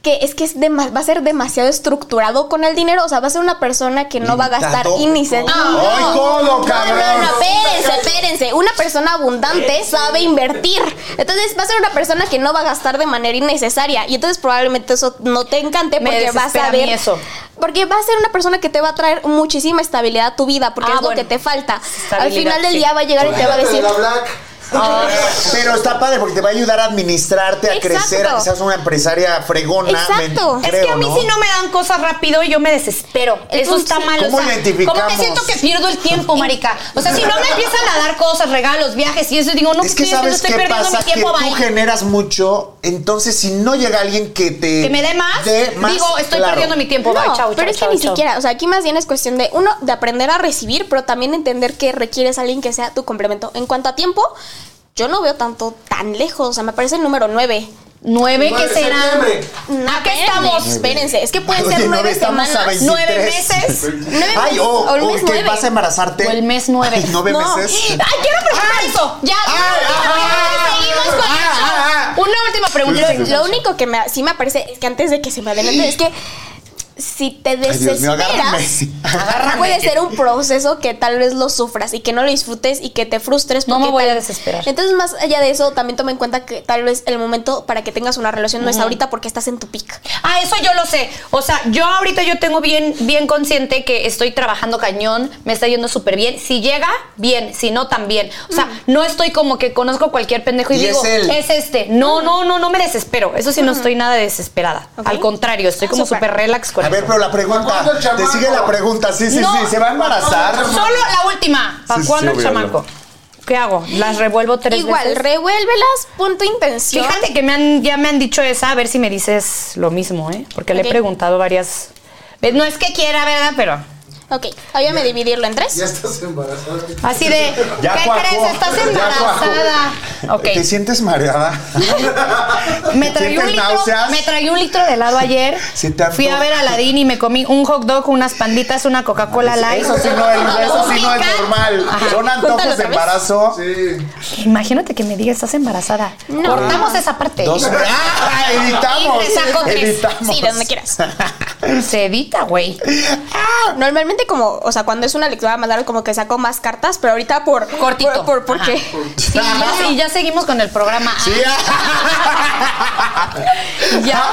[SPEAKER 3] que es que es dema- va a ser demasiado estructurado con el dinero. O sea, va a ser una persona que no va a gastar
[SPEAKER 2] Limitado.
[SPEAKER 3] y ni se...
[SPEAKER 2] ¡Ay, codo, cabrón!
[SPEAKER 3] No, no, no, espérense, espérense. Una persona abundante sabe invertir. Entonces va a ser una persona que no va a gastar de manera innecesaria. Y entonces probablemente eso no te encante
[SPEAKER 1] Me
[SPEAKER 3] porque vas
[SPEAKER 1] desespera
[SPEAKER 3] a
[SPEAKER 1] a mí
[SPEAKER 3] ver.
[SPEAKER 1] eso.
[SPEAKER 3] Porque va a ser una persona que te va a traer muchísima estabilidad a tu vida, porque
[SPEAKER 1] Ah,
[SPEAKER 3] es lo
[SPEAKER 1] bueno.
[SPEAKER 3] que te falta. Al
[SPEAKER 1] Estabilidad,
[SPEAKER 3] final del
[SPEAKER 1] sí.
[SPEAKER 3] día va a llegar y te va a
[SPEAKER 5] Olvídate de
[SPEAKER 3] decir.
[SPEAKER 5] la Black.
[SPEAKER 2] Ah, Pero está padre porque te va a ayudar a administrarte, a
[SPEAKER 3] Exacto.
[SPEAKER 2] crecer, a que seas una empresaria fregona. me-
[SPEAKER 3] Exacto. Es
[SPEAKER 1] Es
[SPEAKER 2] creo,
[SPEAKER 1] que a mí si no me dan cosas rápido, yo me desespero. Eso
[SPEAKER 3] Entonces,
[SPEAKER 1] está mal. o
[SPEAKER 2] ¿cómo
[SPEAKER 1] sea,
[SPEAKER 2] identificamos?
[SPEAKER 1] Como que siento que pierdo el tiempo, marica. O sea, si no me empiezan a dar cosas, regalos, viajes y eso, digo, no,
[SPEAKER 2] Es que
[SPEAKER 1] pues, yo
[SPEAKER 2] sabes
[SPEAKER 1] estoy
[SPEAKER 2] qué
[SPEAKER 1] perdiendo
[SPEAKER 2] pasa,
[SPEAKER 1] mi
[SPEAKER 2] que
[SPEAKER 1] tiempo,
[SPEAKER 2] tú
[SPEAKER 1] bye.
[SPEAKER 2] generas mucho, entonces si no llega alguien que te...
[SPEAKER 1] Que me dé más,
[SPEAKER 2] dé más,
[SPEAKER 1] digo, estoy
[SPEAKER 2] claro.
[SPEAKER 1] perdiendo mi tiempo, bye,
[SPEAKER 3] No,
[SPEAKER 1] chao, chao,
[SPEAKER 3] pero es que
[SPEAKER 1] chao,
[SPEAKER 3] ni
[SPEAKER 1] chao.
[SPEAKER 3] siquiera, o sea, aquí más bien es cuestión de, uno, de aprender a recibir, pero también entender que requieres a alguien que sea tu complemento. En cuanto a tiempo, yo no veo tanto tan lejos, o sea, me parece el número 9.
[SPEAKER 1] Nueve que
[SPEAKER 5] Nueve de
[SPEAKER 1] serán.
[SPEAKER 5] septiembre.
[SPEAKER 1] ¿A qué estamos?
[SPEAKER 3] Espérense, es que pueden
[SPEAKER 2] Oye,
[SPEAKER 3] ser
[SPEAKER 2] no,
[SPEAKER 3] nueve
[SPEAKER 2] estamos a
[SPEAKER 3] semanas,
[SPEAKER 2] 23.
[SPEAKER 3] nueve meses, nueve
[SPEAKER 2] Ay,
[SPEAKER 3] meses,
[SPEAKER 2] o
[SPEAKER 3] o el
[SPEAKER 2] o
[SPEAKER 3] mes
[SPEAKER 2] que
[SPEAKER 3] nueve.
[SPEAKER 2] vas a embarazarte.
[SPEAKER 1] O el mes nueve.
[SPEAKER 2] Ay, nueve
[SPEAKER 3] No.
[SPEAKER 2] meses.
[SPEAKER 1] ¡Ay, quiero preguntar eso! Ya,
[SPEAKER 2] Ay, ah,
[SPEAKER 1] seguimos con
[SPEAKER 2] ah,
[SPEAKER 1] eso.
[SPEAKER 2] ah, ah.
[SPEAKER 1] Una última pregunta.
[SPEAKER 3] Lo, lo único que me, sí me parece es que antes de que se me adelante es que si te
[SPEAKER 2] Ay, Dios
[SPEAKER 3] desesperas,
[SPEAKER 2] mío, agárrame. Agárrame.
[SPEAKER 3] puede ser un proceso que tal vez lo sufras y que no lo disfrutes y que te frustres.
[SPEAKER 1] No
[SPEAKER 3] porque
[SPEAKER 1] me voy a
[SPEAKER 3] tal-
[SPEAKER 1] desesperar.
[SPEAKER 3] Entonces, más allá de eso, también toma en cuenta que tal vez el momento para que tengas una relación no es ahorita porque estás en tu pic.
[SPEAKER 1] Ah, eso yo lo sé. O sea, yo ahorita yo tengo bien, bien consciente que estoy trabajando cañón, me está yendo súper bien. Si llega, bien. Si no, también. O sea, no estoy como que conozco cualquier pendejo y,
[SPEAKER 2] Mm. Y
[SPEAKER 1] digo,
[SPEAKER 2] es él. Mm.
[SPEAKER 1] este. No, no, no, no me desespero. Eso sí, no estoy nada desesperada.
[SPEAKER 3] Ok.
[SPEAKER 1] Al contrario, estoy como
[SPEAKER 3] Súper.
[SPEAKER 1] súper relax con
[SPEAKER 2] Ah, A ver,
[SPEAKER 1] eso.
[SPEAKER 2] pero la pregunta,
[SPEAKER 5] ¿Cuándo el
[SPEAKER 2] te
[SPEAKER 5] chamaco?
[SPEAKER 2] sigue la pregunta, sí, sí,
[SPEAKER 1] No.
[SPEAKER 2] sí, ¿se va a embarazar?
[SPEAKER 1] Solo la última. ¿Para
[SPEAKER 2] Sí,
[SPEAKER 1] cuándo
[SPEAKER 2] sí,
[SPEAKER 1] el
[SPEAKER 2] obvio,
[SPEAKER 1] chamaco? ¿Qué hago? ¿Las revuelvo tres
[SPEAKER 3] Igual,
[SPEAKER 1] veces?
[SPEAKER 3] revuélvelas, punto intención.
[SPEAKER 1] Fíjate que me han, ya me han dicho esa, a ver si me dices lo mismo, ¿eh? Porque le
[SPEAKER 3] Ok.
[SPEAKER 1] he preguntado varias... veces. No es que quiera, ¿verdad? Pero...
[SPEAKER 3] Ok, había me dividirlo en tres.
[SPEAKER 5] Ya estás embarazada.
[SPEAKER 1] Así de,
[SPEAKER 2] Ya
[SPEAKER 1] ¿qué
[SPEAKER 2] cuajó,
[SPEAKER 1] crees? Estás
[SPEAKER 2] ya
[SPEAKER 1] embarazada.
[SPEAKER 2] cuajó.
[SPEAKER 1] Ok.
[SPEAKER 2] ¿Te sientes mareada?
[SPEAKER 1] Me
[SPEAKER 2] ¿Te
[SPEAKER 1] traí, un
[SPEAKER 2] sientes
[SPEAKER 1] litro,
[SPEAKER 2] náuseas?
[SPEAKER 1] me traí un litro de helado ayer.
[SPEAKER 2] Se te antoja.
[SPEAKER 1] Fui a ver a Aladín y me comí un hot dog, unas panditas, una Coca-Cola Light.
[SPEAKER 2] Eso sí no es, eso sí no es
[SPEAKER 1] Pica.
[SPEAKER 2] normal. Son
[SPEAKER 3] Cuéntalo
[SPEAKER 2] antojos de
[SPEAKER 3] otra vez.
[SPEAKER 2] embarazo.
[SPEAKER 5] Sí.
[SPEAKER 1] Imagínate que me diga, estás embarazada.
[SPEAKER 3] No.
[SPEAKER 1] Cortamos esa parte.
[SPEAKER 2] Dos. ¡Ah! Editamos.
[SPEAKER 1] Y te saco tres.
[SPEAKER 2] Editamos.
[SPEAKER 3] Sí, de donde quieras. Ah,
[SPEAKER 1] Se edita, güey.
[SPEAKER 3] Normalmente como, o sea, cuando es una lectura mandar como que saco más cartas, pero ahorita por
[SPEAKER 1] Cortito.
[SPEAKER 3] por, por- porque
[SPEAKER 1] Ajá. Sí, ya, sí, ya seguimos con el programa.
[SPEAKER 2] Sí. ah.
[SPEAKER 1] Ya.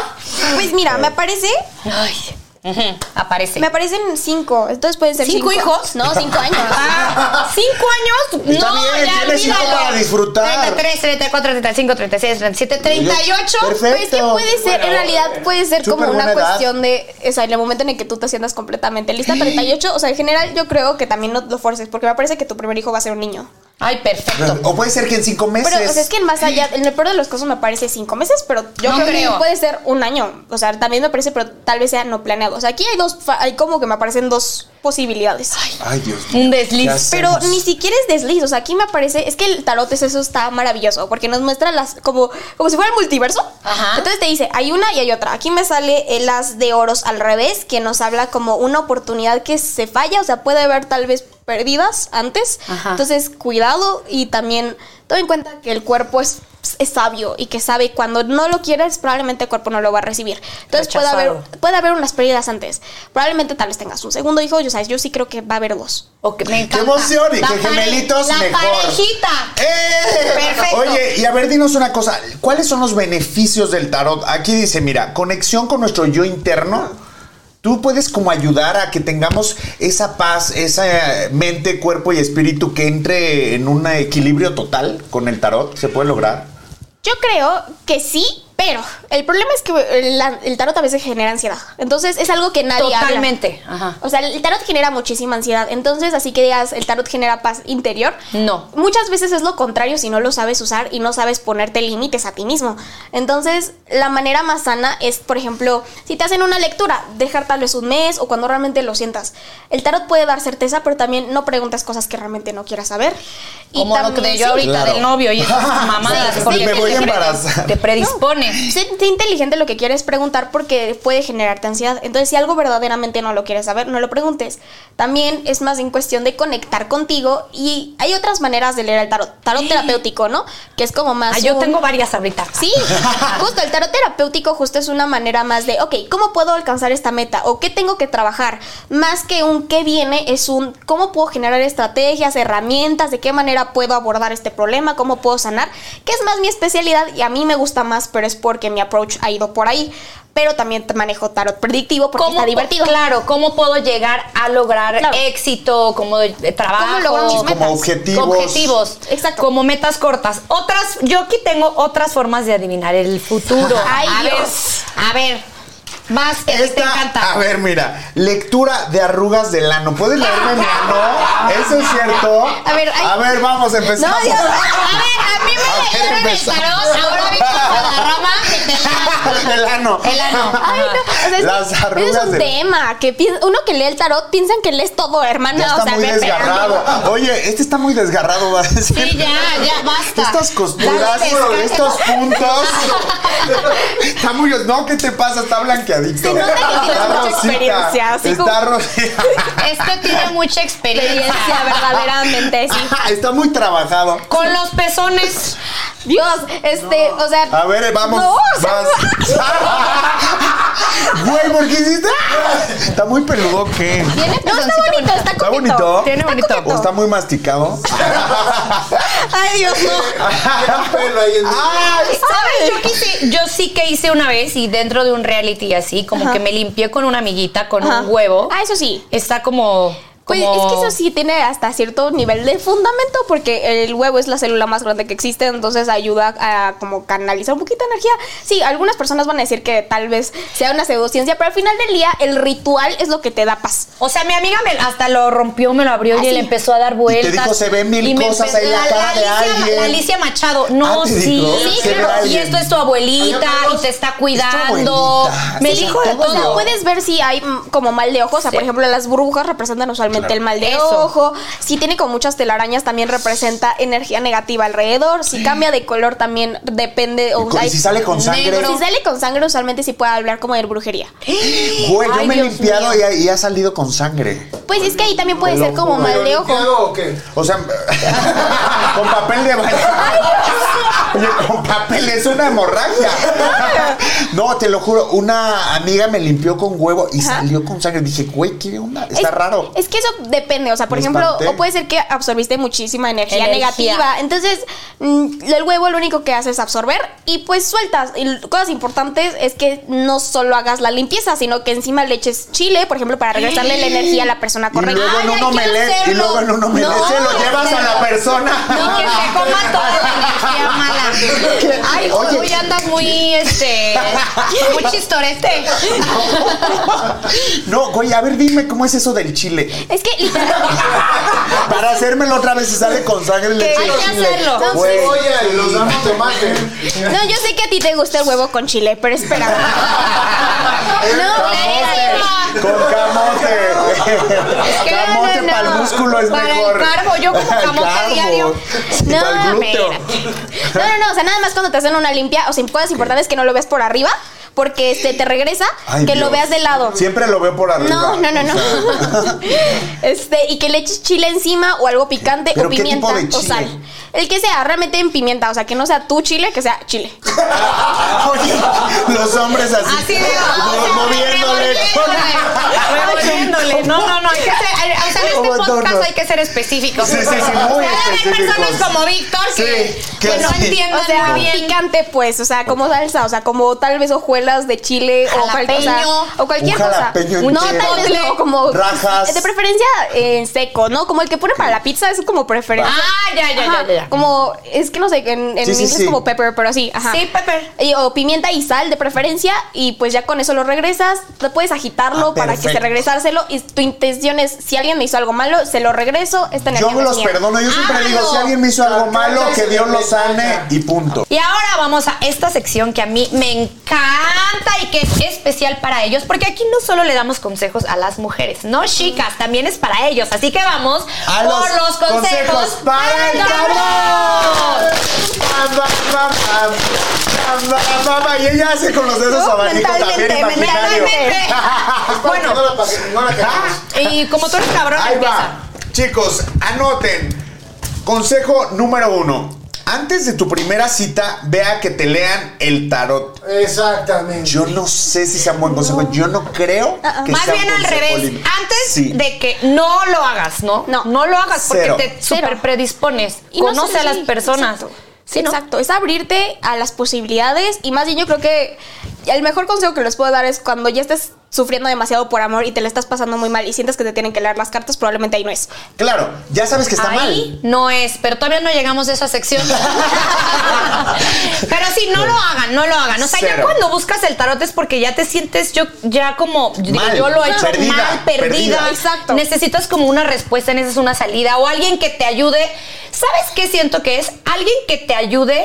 [SPEAKER 3] Pues mira, me aparece,
[SPEAKER 1] Ay. Ujú, Aparece.
[SPEAKER 3] me aparecen cinco, entonces pueden ser
[SPEAKER 1] ¿Cinco
[SPEAKER 3] cinco.
[SPEAKER 1] hijos?
[SPEAKER 3] No, cinco años.
[SPEAKER 1] Ah, ¿Cinco años?
[SPEAKER 2] Está
[SPEAKER 1] no,
[SPEAKER 2] bien,
[SPEAKER 1] ya
[SPEAKER 2] tienes hijos
[SPEAKER 1] olvídalo.
[SPEAKER 2] para disfrutar.
[SPEAKER 1] 33, 34, 35, 36, 37, 38.
[SPEAKER 2] Perfecto.
[SPEAKER 3] Pues que puede ser, en realidad puede ser
[SPEAKER 2] Súper
[SPEAKER 3] como una
[SPEAKER 2] buena edad.
[SPEAKER 3] cuestión de, o sea, en el momento en el que tú te sientas completamente lista, 38, o sea, en general yo creo que también no lo forces, porque me parece que tu primer hijo va a ser un niño.
[SPEAKER 1] Ay, perfecto.
[SPEAKER 2] O puede ser que en cinco meses.
[SPEAKER 3] Pero o sea, es que en más allá, en el peor de los casos me parece cinco meses, pero yo
[SPEAKER 1] No
[SPEAKER 3] creo,
[SPEAKER 1] creo.
[SPEAKER 3] que puede ser un año. O sea, también me parece, pero tal vez sea no planeado. O sea, aquí hay dos, fa- hay como que me aparecen dos posibilidades.
[SPEAKER 2] Ay, Dios mío.
[SPEAKER 1] Un desliz.
[SPEAKER 2] Ya sé.
[SPEAKER 3] pero
[SPEAKER 2] hacemos?
[SPEAKER 3] ni siquiera es desliz, o sea, aquí me parece, es que el tarot es eso, está maravilloso, porque nos muestra las, como, como si fuera el multiverso.
[SPEAKER 1] Ajá.
[SPEAKER 3] Entonces te dice, hay una y hay otra. Aquí me sale el as de oros al revés, que nos habla como una oportunidad que se falla, o sea, puede haber tal vez perdidas antes.
[SPEAKER 1] Ajá.
[SPEAKER 3] Entonces, cuidado y también toma en cuenta que el cuerpo es, es sabio y que sabe cuando no lo quieres, probablemente el cuerpo no lo va a recibir. Entonces puede haber,
[SPEAKER 1] Rechazado.
[SPEAKER 3] puede haber unas pérdidas antes. Probablemente tal vez tengas un segundo hijo, yo, sabes, yo sí creo que va a haber dos.
[SPEAKER 1] Ok, me encanta.
[SPEAKER 2] ¡Qué emoción! Y
[SPEAKER 1] La
[SPEAKER 2] que
[SPEAKER 1] pare-
[SPEAKER 2] gemelitos
[SPEAKER 1] la
[SPEAKER 2] mejor.
[SPEAKER 1] parejita.
[SPEAKER 2] ¡Eh!
[SPEAKER 1] Perfecto.
[SPEAKER 2] Oye, y a ver, dinos una cosa. ¿Cuáles son los beneficios del tarot? Aquí dice, mira, conexión con nuestro yo interno. Tú puedes como ayudar a que tengamos esa paz, esa eh, mente, cuerpo y espíritu que entre en un equilibrio total con el tarot. ¿Se puede lograr?
[SPEAKER 3] Yo creo que sí, pero el problema es que eh, la- el tarot a veces genera ansiedad. Entonces es algo que nadie habla.
[SPEAKER 1] Totalmente. Ajá.
[SPEAKER 3] O sea, el tarot genera muchísima ansiedad. Entonces, así que digas, el tarot genera paz interior.
[SPEAKER 1] No.
[SPEAKER 3] Muchas veces es lo contrario si no lo sabes usar y no sabes ponerte límites a ti mismo. Entonces, la manera más sana es, por ejemplo, si te hacen una lectura, dejar tal vez un mes o cuando realmente lo sientas. El tarot puede dar certeza, pero también no preguntas cosas que realmente no quieras saber.
[SPEAKER 1] Como lo que
[SPEAKER 3] también-
[SPEAKER 1] de yo
[SPEAKER 3] sí.
[SPEAKER 1] ahorita
[SPEAKER 2] Claro.
[SPEAKER 1] del novio y esas mamadas.
[SPEAKER 2] Sí,
[SPEAKER 1] porque
[SPEAKER 2] me
[SPEAKER 1] te
[SPEAKER 2] voy a
[SPEAKER 1] pre-
[SPEAKER 2] embarazar.
[SPEAKER 1] Te predispone.
[SPEAKER 3] Sé, sé inteligente lo que quieres preguntar porque puede generarte ansiedad. Entonces, si algo verdaderamente no lo quieres saber, no lo preguntes. También es más en cuestión de conectar contigo y hay otras maneras de leer el tarot. Tarot terapéutico, ¿no? Que es como más...
[SPEAKER 1] Ah, yo
[SPEAKER 3] un-
[SPEAKER 1] tengo varias ahorita.
[SPEAKER 3] Sí, justo el tarot terapéutico justo es una manera más de, ok, ¿cómo puedo alcanzar esta meta? ¿O qué tengo que trabajar? Más que un qué viene, es un cómo puedo generar estrategias, herramientas, de qué manera puedo abordar este problema, cómo puedo sanar, que es más mi especialidad y a mí me gusta más, pero es porque mi approach ha ido por ahí. Pero también te manejo tarot predictivo porque está
[SPEAKER 1] po-
[SPEAKER 3] divertido.
[SPEAKER 1] Claro, ¿cómo puedo llegar a lograr
[SPEAKER 3] Claro.
[SPEAKER 1] éxito? ¿Cómo eh, trabajo?
[SPEAKER 3] ¿Cómo logro mis metas?
[SPEAKER 2] Como objetivos.
[SPEAKER 1] Objetivos.
[SPEAKER 3] Exacto.
[SPEAKER 1] Como metas cortas. Otras, yo aquí tengo otras formas de adivinar el futuro.
[SPEAKER 3] Ay,
[SPEAKER 1] a
[SPEAKER 3] Dios.
[SPEAKER 1] ver, a ver. Más que a ti te encanta.
[SPEAKER 2] A ver, mira, lectura de arrugas del ano. ¿Puedes leerme mi ano? Eso es cierto.
[SPEAKER 3] A ver, ay.
[SPEAKER 2] a ver, vamos,
[SPEAKER 3] No,
[SPEAKER 2] empezamos.
[SPEAKER 3] Dios.
[SPEAKER 1] A ver, a mí
[SPEAKER 2] A ver,
[SPEAKER 1] me leyeron el
[SPEAKER 2] empezamos.
[SPEAKER 1] tarot, ahora Víctor Guadarrama me tenía-
[SPEAKER 2] El ano.
[SPEAKER 1] El ano.
[SPEAKER 3] Ay, no. o sea, es
[SPEAKER 2] Las
[SPEAKER 3] que ese
[SPEAKER 2] arrugas
[SPEAKER 3] es un
[SPEAKER 2] del-
[SPEAKER 3] tema. que piens- Uno que lee el tarot piensan que lees todo, hermana.
[SPEAKER 2] Ya está
[SPEAKER 3] Ah, o sea,
[SPEAKER 2] muy
[SPEAKER 3] ve, pero-
[SPEAKER 2] desgarrado. Oye, este está muy desgarrado, va a decir.
[SPEAKER 1] Sí, ya, ya, basta.
[SPEAKER 2] Estas costuras,
[SPEAKER 1] Dale, descansa.
[SPEAKER 2] estos puntos. Está muy. No, ¿qué te pasa? Está blanqueadito.
[SPEAKER 3] Se nota que tienes
[SPEAKER 2] Está
[SPEAKER 3] mucha
[SPEAKER 2] rosita.
[SPEAKER 3] experiencia, así
[SPEAKER 2] Está
[SPEAKER 3] como-
[SPEAKER 2] rosita.
[SPEAKER 1] Es que tiene mucha experiencia.
[SPEAKER 3] Experiencia, verdaderamente, sí.
[SPEAKER 2] Está muy trabajado.
[SPEAKER 1] Con los pezones.
[SPEAKER 3] Dios, este, o sea.
[SPEAKER 2] A ver, vamos.
[SPEAKER 3] No, o sea,
[SPEAKER 2] vas. Güey, ¿por qué hiciste? Está muy peludo, ¿qué?
[SPEAKER 1] Tiene
[SPEAKER 3] no, está
[SPEAKER 1] pezoncito
[SPEAKER 3] bonito, está
[SPEAKER 2] ¿Está
[SPEAKER 3] coqueto.
[SPEAKER 2] bonito?
[SPEAKER 1] Tiene
[SPEAKER 3] Está
[SPEAKER 1] bonito.
[SPEAKER 2] ¿O
[SPEAKER 3] coqueto.
[SPEAKER 2] está muy masticado?
[SPEAKER 3] Ay, Dios, no. Ah,
[SPEAKER 2] pelo ahí ¡Ay!
[SPEAKER 1] ¿Sabes? Yo, quise, yo sí que hice una vez y dentro de un reality así, como
[SPEAKER 3] Ajá.
[SPEAKER 1] que me limpié con una amiguita con
[SPEAKER 3] Ajá.
[SPEAKER 1] un huevo.
[SPEAKER 3] Ah, eso sí.
[SPEAKER 1] Está como.
[SPEAKER 3] Pues
[SPEAKER 1] como-
[SPEAKER 3] es que eso sí tiene hasta cierto nivel de fundamento porque el huevo es la célula más grande que existe, entonces ayuda a como canalizar un poquito de energía. Sí, algunas personas van a decir que tal vez sea una pseudociencia, pero al final del día el ritual es lo que te da paz.
[SPEAKER 1] O sea, mi amiga me, hasta lo rompió, me lo abrió
[SPEAKER 3] Ah,
[SPEAKER 1] y
[SPEAKER 3] sí.
[SPEAKER 1] le empezó a dar vueltas.
[SPEAKER 2] dijo, "Se ven mil
[SPEAKER 1] Y me
[SPEAKER 2] cosas ahí en la cara de
[SPEAKER 1] Alicia,
[SPEAKER 2] alguien".
[SPEAKER 1] La Alicia Machado. No,
[SPEAKER 2] Ah, ¿te
[SPEAKER 1] sí.
[SPEAKER 2] dijo?
[SPEAKER 1] Sí,
[SPEAKER 2] Se ve
[SPEAKER 1] claro. Y
[SPEAKER 2] alguien.
[SPEAKER 1] esto es tu
[SPEAKER 2] Oye,
[SPEAKER 1] abuelita
[SPEAKER 2] Carlos,
[SPEAKER 1] y te está
[SPEAKER 2] es tu
[SPEAKER 1] cuidando.
[SPEAKER 2] abuelita.
[SPEAKER 1] Me
[SPEAKER 2] Sí,
[SPEAKER 1] dijo de
[SPEAKER 2] todo.
[SPEAKER 3] O sea,
[SPEAKER 1] todo.
[SPEAKER 3] puedes ver si hay mm, como mal de ojo. O sea, por ejemplo, las burbujas representan usualmente el mal de
[SPEAKER 1] Eso.
[SPEAKER 3] ojo. Si tiene con muchas telarañas, también representa energía negativa alrededor. Si cambia de color, también depende.
[SPEAKER 2] Y
[SPEAKER 3] O
[SPEAKER 2] con-
[SPEAKER 3] hay-
[SPEAKER 2] y si sale con sangre.
[SPEAKER 3] Si sale con sangre, usualmente sí puede hablar como de brujería.
[SPEAKER 2] Güey, yo
[SPEAKER 1] Ay,
[SPEAKER 2] me he
[SPEAKER 1] Dios
[SPEAKER 2] limpiado y
[SPEAKER 1] mío.
[SPEAKER 2] ha, y ha salido con sangre.
[SPEAKER 3] Pues es que ahí también puede
[SPEAKER 2] Te lo
[SPEAKER 3] ser como
[SPEAKER 2] juro.
[SPEAKER 3] mal de
[SPEAKER 5] ¿Limpiado
[SPEAKER 3] ojo.
[SPEAKER 5] o qué?
[SPEAKER 2] O sea, con papel de baño. Oye, con papel es una hemorragia. No, te lo juro, una amiga me limpió con huevo y salió con sangre. Dije, güey, ¿qué onda? Está
[SPEAKER 3] es,
[SPEAKER 2] raro.
[SPEAKER 3] Es que eso depende, o sea, por
[SPEAKER 2] Me
[SPEAKER 3] ejemplo,
[SPEAKER 2] espanté.
[SPEAKER 3] o puede ser que absorbiste muchísima energía,
[SPEAKER 1] Energía.
[SPEAKER 3] negativa. Entonces, mm, el huevo lo único que hace es absorber y pues sueltas. Y l- cosas importantes es que no solo hagas la limpieza, sino que encima le eches chile, por ejemplo, para regresarle la energía a la persona
[SPEAKER 2] Y
[SPEAKER 3] correcta.
[SPEAKER 2] luego en
[SPEAKER 3] Ay,
[SPEAKER 2] un
[SPEAKER 3] ay, quiero
[SPEAKER 2] omelette, y
[SPEAKER 3] hacerlo.
[SPEAKER 2] luego en un omelette
[SPEAKER 3] No,
[SPEAKER 2] se lo llevas a la persona.
[SPEAKER 1] No, que se coma toda la energía mala. Ay,
[SPEAKER 2] Oye.
[SPEAKER 1] hoy andas muy, este, muy chistorete.
[SPEAKER 2] No, güey, a ver, dime cómo es eso del chile.
[SPEAKER 3] Es que literal-
[SPEAKER 2] Para hacérmelo otra vez y sale con sangre le
[SPEAKER 3] Que
[SPEAKER 2] echo
[SPEAKER 3] hay que
[SPEAKER 2] chile.
[SPEAKER 1] hacerlo. No,
[SPEAKER 2] Güey.
[SPEAKER 5] Oye, y los damos tomate.
[SPEAKER 3] No, yo sé que a ti te gusta el huevo con chile, pero espera.
[SPEAKER 1] No,
[SPEAKER 2] Con camote.
[SPEAKER 1] que no,
[SPEAKER 2] camote
[SPEAKER 1] no,
[SPEAKER 2] para el
[SPEAKER 1] no.
[SPEAKER 2] músculo es
[SPEAKER 1] Para el
[SPEAKER 2] mejor.
[SPEAKER 1] carbo, yo como camote
[SPEAKER 2] Carbo.
[SPEAKER 1] diario.
[SPEAKER 3] No,
[SPEAKER 2] para el glúteo.
[SPEAKER 3] espérate. No, no, no, o sea, nada más cuando te hacen una limpia, o sea, cosas importantes que no lo veas por arriba, porque este te regresa,
[SPEAKER 2] Ay,
[SPEAKER 3] que lo
[SPEAKER 2] Dios.
[SPEAKER 3] veas de lado.
[SPEAKER 2] Siempre lo veo por arriba.
[SPEAKER 3] No, no, no, no.
[SPEAKER 2] O sea,
[SPEAKER 3] Este, y que le eches chile encima o algo picante
[SPEAKER 2] ¿Pero
[SPEAKER 3] o
[SPEAKER 2] qué tipo
[SPEAKER 3] pimienta
[SPEAKER 2] de
[SPEAKER 3] o
[SPEAKER 2] chile?
[SPEAKER 3] sal. El que sea, realmente en pimienta, o sea, que no sea tu chile, que sea chile.
[SPEAKER 2] Oye, los hombres así.
[SPEAKER 1] Así de,
[SPEAKER 2] mo- moviéndole.
[SPEAKER 1] Revolviéndole. No, no, no. Hay que ser, hay- o sea, en
[SPEAKER 2] Como
[SPEAKER 1] este podcast
[SPEAKER 2] torno.
[SPEAKER 1] hay que ser específicos.
[SPEAKER 2] Sí, sí, sí, muy
[SPEAKER 1] Debe haber
[SPEAKER 2] específicos.
[SPEAKER 1] personas como Víctor que,
[SPEAKER 2] Sí, que
[SPEAKER 1] que no
[SPEAKER 2] sí.
[SPEAKER 1] entienden
[SPEAKER 3] O sea,
[SPEAKER 1] muy bien.
[SPEAKER 3] picante, pues, o sea, como salsa, o sea, como tal vez hojuelas de chile o, cual- o, sea,
[SPEAKER 1] Jalapeño.
[SPEAKER 3] o cualquier
[SPEAKER 2] Un
[SPEAKER 3] cosa.
[SPEAKER 2] jalapeño
[SPEAKER 3] No,
[SPEAKER 2] entero.
[SPEAKER 3] tal vez no, como
[SPEAKER 2] Rajas.
[SPEAKER 3] De preferencia en seco, ¿no? Como el que ponen para la pizza, es como preferencia.
[SPEAKER 1] Ah, ya, ya,
[SPEAKER 3] Ajá,
[SPEAKER 1] ya, ya, ya.
[SPEAKER 3] Como, es que no sé, en, en
[SPEAKER 2] Sí, sí,
[SPEAKER 3] inglés
[SPEAKER 2] sí.
[SPEAKER 3] como pepper, pero sí, ajá.
[SPEAKER 1] Sí, Pepe.
[SPEAKER 3] Y- o pimienta y sal de preferencia y pues ya con eso lo regresas, te puedes agitarlo
[SPEAKER 2] Ah,
[SPEAKER 3] para que se
[SPEAKER 2] perfecto.
[SPEAKER 3] regresárselo y tu intención es si alguien me hizo algo malo, se lo regreso, esta energía
[SPEAKER 2] Yo
[SPEAKER 3] me
[SPEAKER 2] los
[SPEAKER 3] sigue.
[SPEAKER 2] perdono. Yo
[SPEAKER 3] Ah,
[SPEAKER 2] siempre digo, si alguien me hizo algo malo, que Dios lo sane y punto.
[SPEAKER 1] Y ahora vamos a esta sección que a mí me encanta y que es especial para ellos, porque aquí no solo le damos consejos a las mujeres, no chicas, también es para ellos. Así que vamos
[SPEAKER 2] A
[SPEAKER 1] por
[SPEAKER 2] los
[SPEAKER 1] los consejos,
[SPEAKER 2] consejos para el
[SPEAKER 1] tarot.
[SPEAKER 2] Bam, bam, bam, bam. Bam, bam, bam, bam. Y ella hace con los dedos
[SPEAKER 3] No,
[SPEAKER 2] abanicos también
[SPEAKER 3] mentalmente,
[SPEAKER 2] imaginario.
[SPEAKER 3] mentalmente.
[SPEAKER 2] Bueno,
[SPEAKER 5] No la pas- no la cagamos.
[SPEAKER 1] Y como tú eres cabrón,
[SPEAKER 2] Ahí
[SPEAKER 1] empieza.
[SPEAKER 2] va. Chicos, anoten. Consejo número uno. Antes de tu primera cita, vea que te lean el tarot.
[SPEAKER 5] Exactamente.
[SPEAKER 2] Yo no sé si sea un buen consejo. Yo no creo que
[SPEAKER 1] Ah, Más
[SPEAKER 2] sea un
[SPEAKER 1] bien al
[SPEAKER 2] consejo
[SPEAKER 1] revés.
[SPEAKER 2] lindo.
[SPEAKER 1] Antes
[SPEAKER 2] Sí.
[SPEAKER 1] de que no lo hagas, ¿no?
[SPEAKER 3] No.
[SPEAKER 1] No lo hagas porque
[SPEAKER 2] Cero.
[SPEAKER 1] te super predispones.
[SPEAKER 3] Y no
[SPEAKER 1] Conoce
[SPEAKER 3] sé,
[SPEAKER 1] a las
[SPEAKER 3] sí,
[SPEAKER 1] personas.
[SPEAKER 3] exacto.
[SPEAKER 1] Sí, ¿no?
[SPEAKER 3] Exacto, es abrirte a las posibilidades y más bien yo creo que el mejor consejo que les puedo dar es cuando ya estés sufriendo demasiado por amor y te la estás pasando muy mal y sientes que te tienen que leer las cartas, probablemente ahí no es.
[SPEAKER 2] Claro, ya sabes que está
[SPEAKER 1] Ahí
[SPEAKER 2] mal.
[SPEAKER 1] no es, pero todavía no llegamos a esa sección. pero sí, no lo hagan, no lo hagan. O sea, ya
[SPEAKER 2] Cero.
[SPEAKER 1] cuando buscas el tarot es porque ya te sientes yo ya como yo digo,
[SPEAKER 2] Mal,
[SPEAKER 1] yo lo he hecho
[SPEAKER 2] perdida,
[SPEAKER 1] mal, perdida.
[SPEAKER 2] perdida.
[SPEAKER 3] Exacto.
[SPEAKER 1] Necesitas como una respuesta, necesitas una salida o alguien que te ayude. ¿Sabes qué siento que es? Alguien que te ayude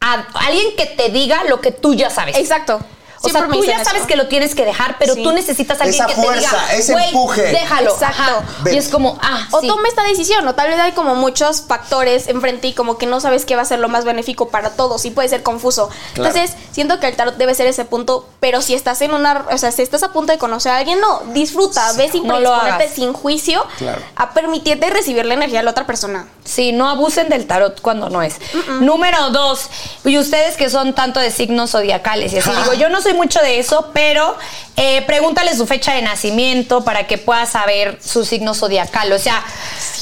[SPEAKER 1] a alguien que te diga lo que tú ya sabes.
[SPEAKER 3] Exacto.
[SPEAKER 1] O sea, tú ya sabes que lo tienes que dejar, pero
[SPEAKER 3] Sí.
[SPEAKER 1] tú necesitas alguien
[SPEAKER 2] Esa
[SPEAKER 1] que te
[SPEAKER 2] fuerza,
[SPEAKER 1] diga,
[SPEAKER 2] ese
[SPEAKER 1] "Güey,
[SPEAKER 2] empuje".
[SPEAKER 1] déjalo.
[SPEAKER 3] Exacto.
[SPEAKER 1] Ajá.
[SPEAKER 2] Ve.
[SPEAKER 1] Y es como, ah,
[SPEAKER 3] O
[SPEAKER 1] sí.
[SPEAKER 3] toma esta decisión, o tal vez hay como muchos factores enfrente y como que no sabes qué va a ser lo más benéfico para todos y puede ser confuso.
[SPEAKER 2] Claro.
[SPEAKER 3] Entonces, siento que el tarot debe ser ese punto, pero si estás en una, o sea, si estás a punto de conocer a alguien, no, disfruta, ves y
[SPEAKER 1] No lo
[SPEAKER 3] predisponerte
[SPEAKER 1] hagas.
[SPEAKER 3] sin juicio
[SPEAKER 2] Claro.
[SPEAKER 3] a permitirte recibir la energía de la otra persona.
[SPEAKER 1] Sí, no abusen del tarot cuando no es. Número dos, y ustedes que son tanto de signos zodiacales, y así digo, yo no soy mucho de eso, pero eh, pregúntale su fecha de nacimiento para que pueda saber su signo zodiacal. O sea,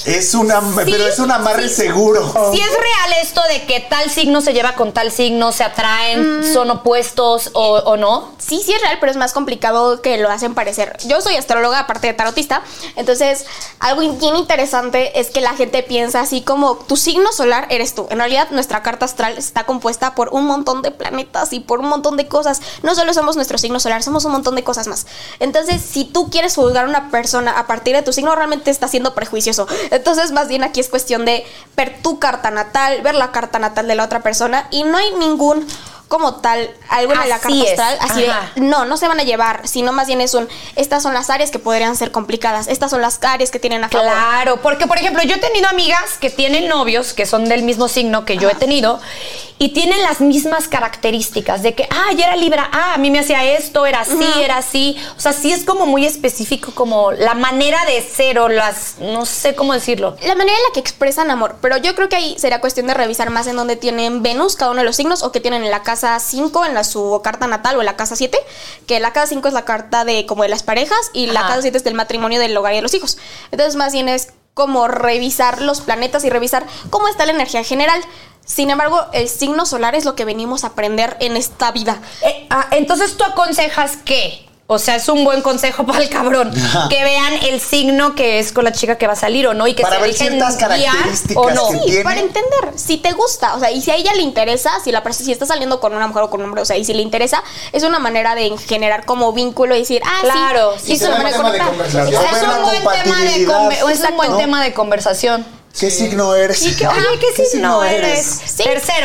[SPEAKER 2] Es una, pero es un amarre seguro.
[SPEAKER 1] si es real esto de que tal signo se lleva con tal signo, se atraen, son opuestos o, o no.
[SPEAKER 3] sí, sí es real, pero es más complicado que lo hacen parecer. Yo soy astróloga, aparte de tarotista, entonces algo in- bien interesante es que la gente piensa así como tu signo solar eres tú. En realidad nuestra carta astral está compuesta por un montón de planetas y por un montón de cosas. No solo somos nuestro signo solar, somos un montón de cosas más. Entonces, si tú quieres juzgar a una persona a partir de tu signo, realmente está siendo prejuicioso. Entonces, más bien aquí es cuestión de ver tu carta natal, ver la carta natal de la otra persona y no hay ningún como tal algo en la
[SPEAKER 1] Así
[SPEAKER 3] carta
[SPEAKER 1] es.
[SPEAKER 3] astral así de,
[SPEAKER 1] Ajá.
[SPEAKER 3] no, no se van a llevar, sino más bien es un, estas son las áreas que podrían ser complicadas, estas son las áreas que tienen a favor.
[SPEAKER 1] Claro, porque por ejemplo, yo he tenido amigas que tienen novios que son del mismo signo que yo he tenido y tienen las mismas características de que, ah, ella era Libra, ah, a mí me hacía esto, era así, era así. O sea, sí es como muy específico, como la manera de ser o las, no sé cómo decirlo.
[SPEAKER 3] La manera en la que expresan amor, pero yo creo que ahí será cuestión de revisar más en dónde tienen Venus, cada uno de los signos, o que tienen en la casa 5, en la, su carta natal o en la casa 7, que la casa 5 es la carta de como de las parejas y la
[SPEAKER 1] Ajá.
[SPEAKER 3] casa 7 es del matrimonio, del hogar y de los hijos. Entonces más bien es como revisar los planetas y revisar cómo está la energía general. Sin embargo, el signo solar es lo que venimos a aprender en esta vida.
[SPEAKER 1] Eh, ah, entonces tú aconsejas qué? O sea, es un buen consejo para el cabrón. Que vean el signo que es con la chica que va a salir o no y que
[SPEAKER 2] Para
[SPEAKER 1] se
[SPEAKER 2] ver
[SPEAKER 1] dejen
[SPEAKER 2] ciertas
[SPEAKER 1] guiar
[SPEAKER 2] características
[SPEAKER 1] o no.
[SPEAKER 2] que
[SPEAKER 3] Sí,
[SPEAKER 2] tiene.
[SPEAKER 3] para entender si te gusta, o sea, y si a ella le interesa, si la persona si está saliendo con una mujer o con un hombre, o sea, y si le interesa, es una manera de generar como vínculo y decir, ah,
[SPEAKER 1] Claro,
[SPEAKER 3] sí,
[SPEAKER 1] sí,
[SPEAKER 3] es una
[SPEAKER 5] será un
[SPEAKER 3] manera
[SPEAKER 5] tema
[SPEAKER 3] de
[SPEAKER 5] de
[SPEAKER 3] conectar.
[SPEAKER 5] conversación.
[SPEAKER 1] O sea,
[SPEAKER 2] Ver
[SPEAKER 1] es
[SPEAKER 2] la
[SPEAKER 1] un buen tema de
[SPEAKER 2] compatibilidad,
[SPEAKER 1] conver- o es un buen
[SPEAKER 2] ¿no?
[SPEAKER 1] tema de conversación.
[SPEAKER 2] ¿Qué signo eres?
[SPEAKER 1] Y que, oye,
[SPEAKER 2] Ajá,
[SPEAKER 1] ¿qué, signo eres?
[SPEAKER 3] Sí.
[SPEAKER 1] Tercero,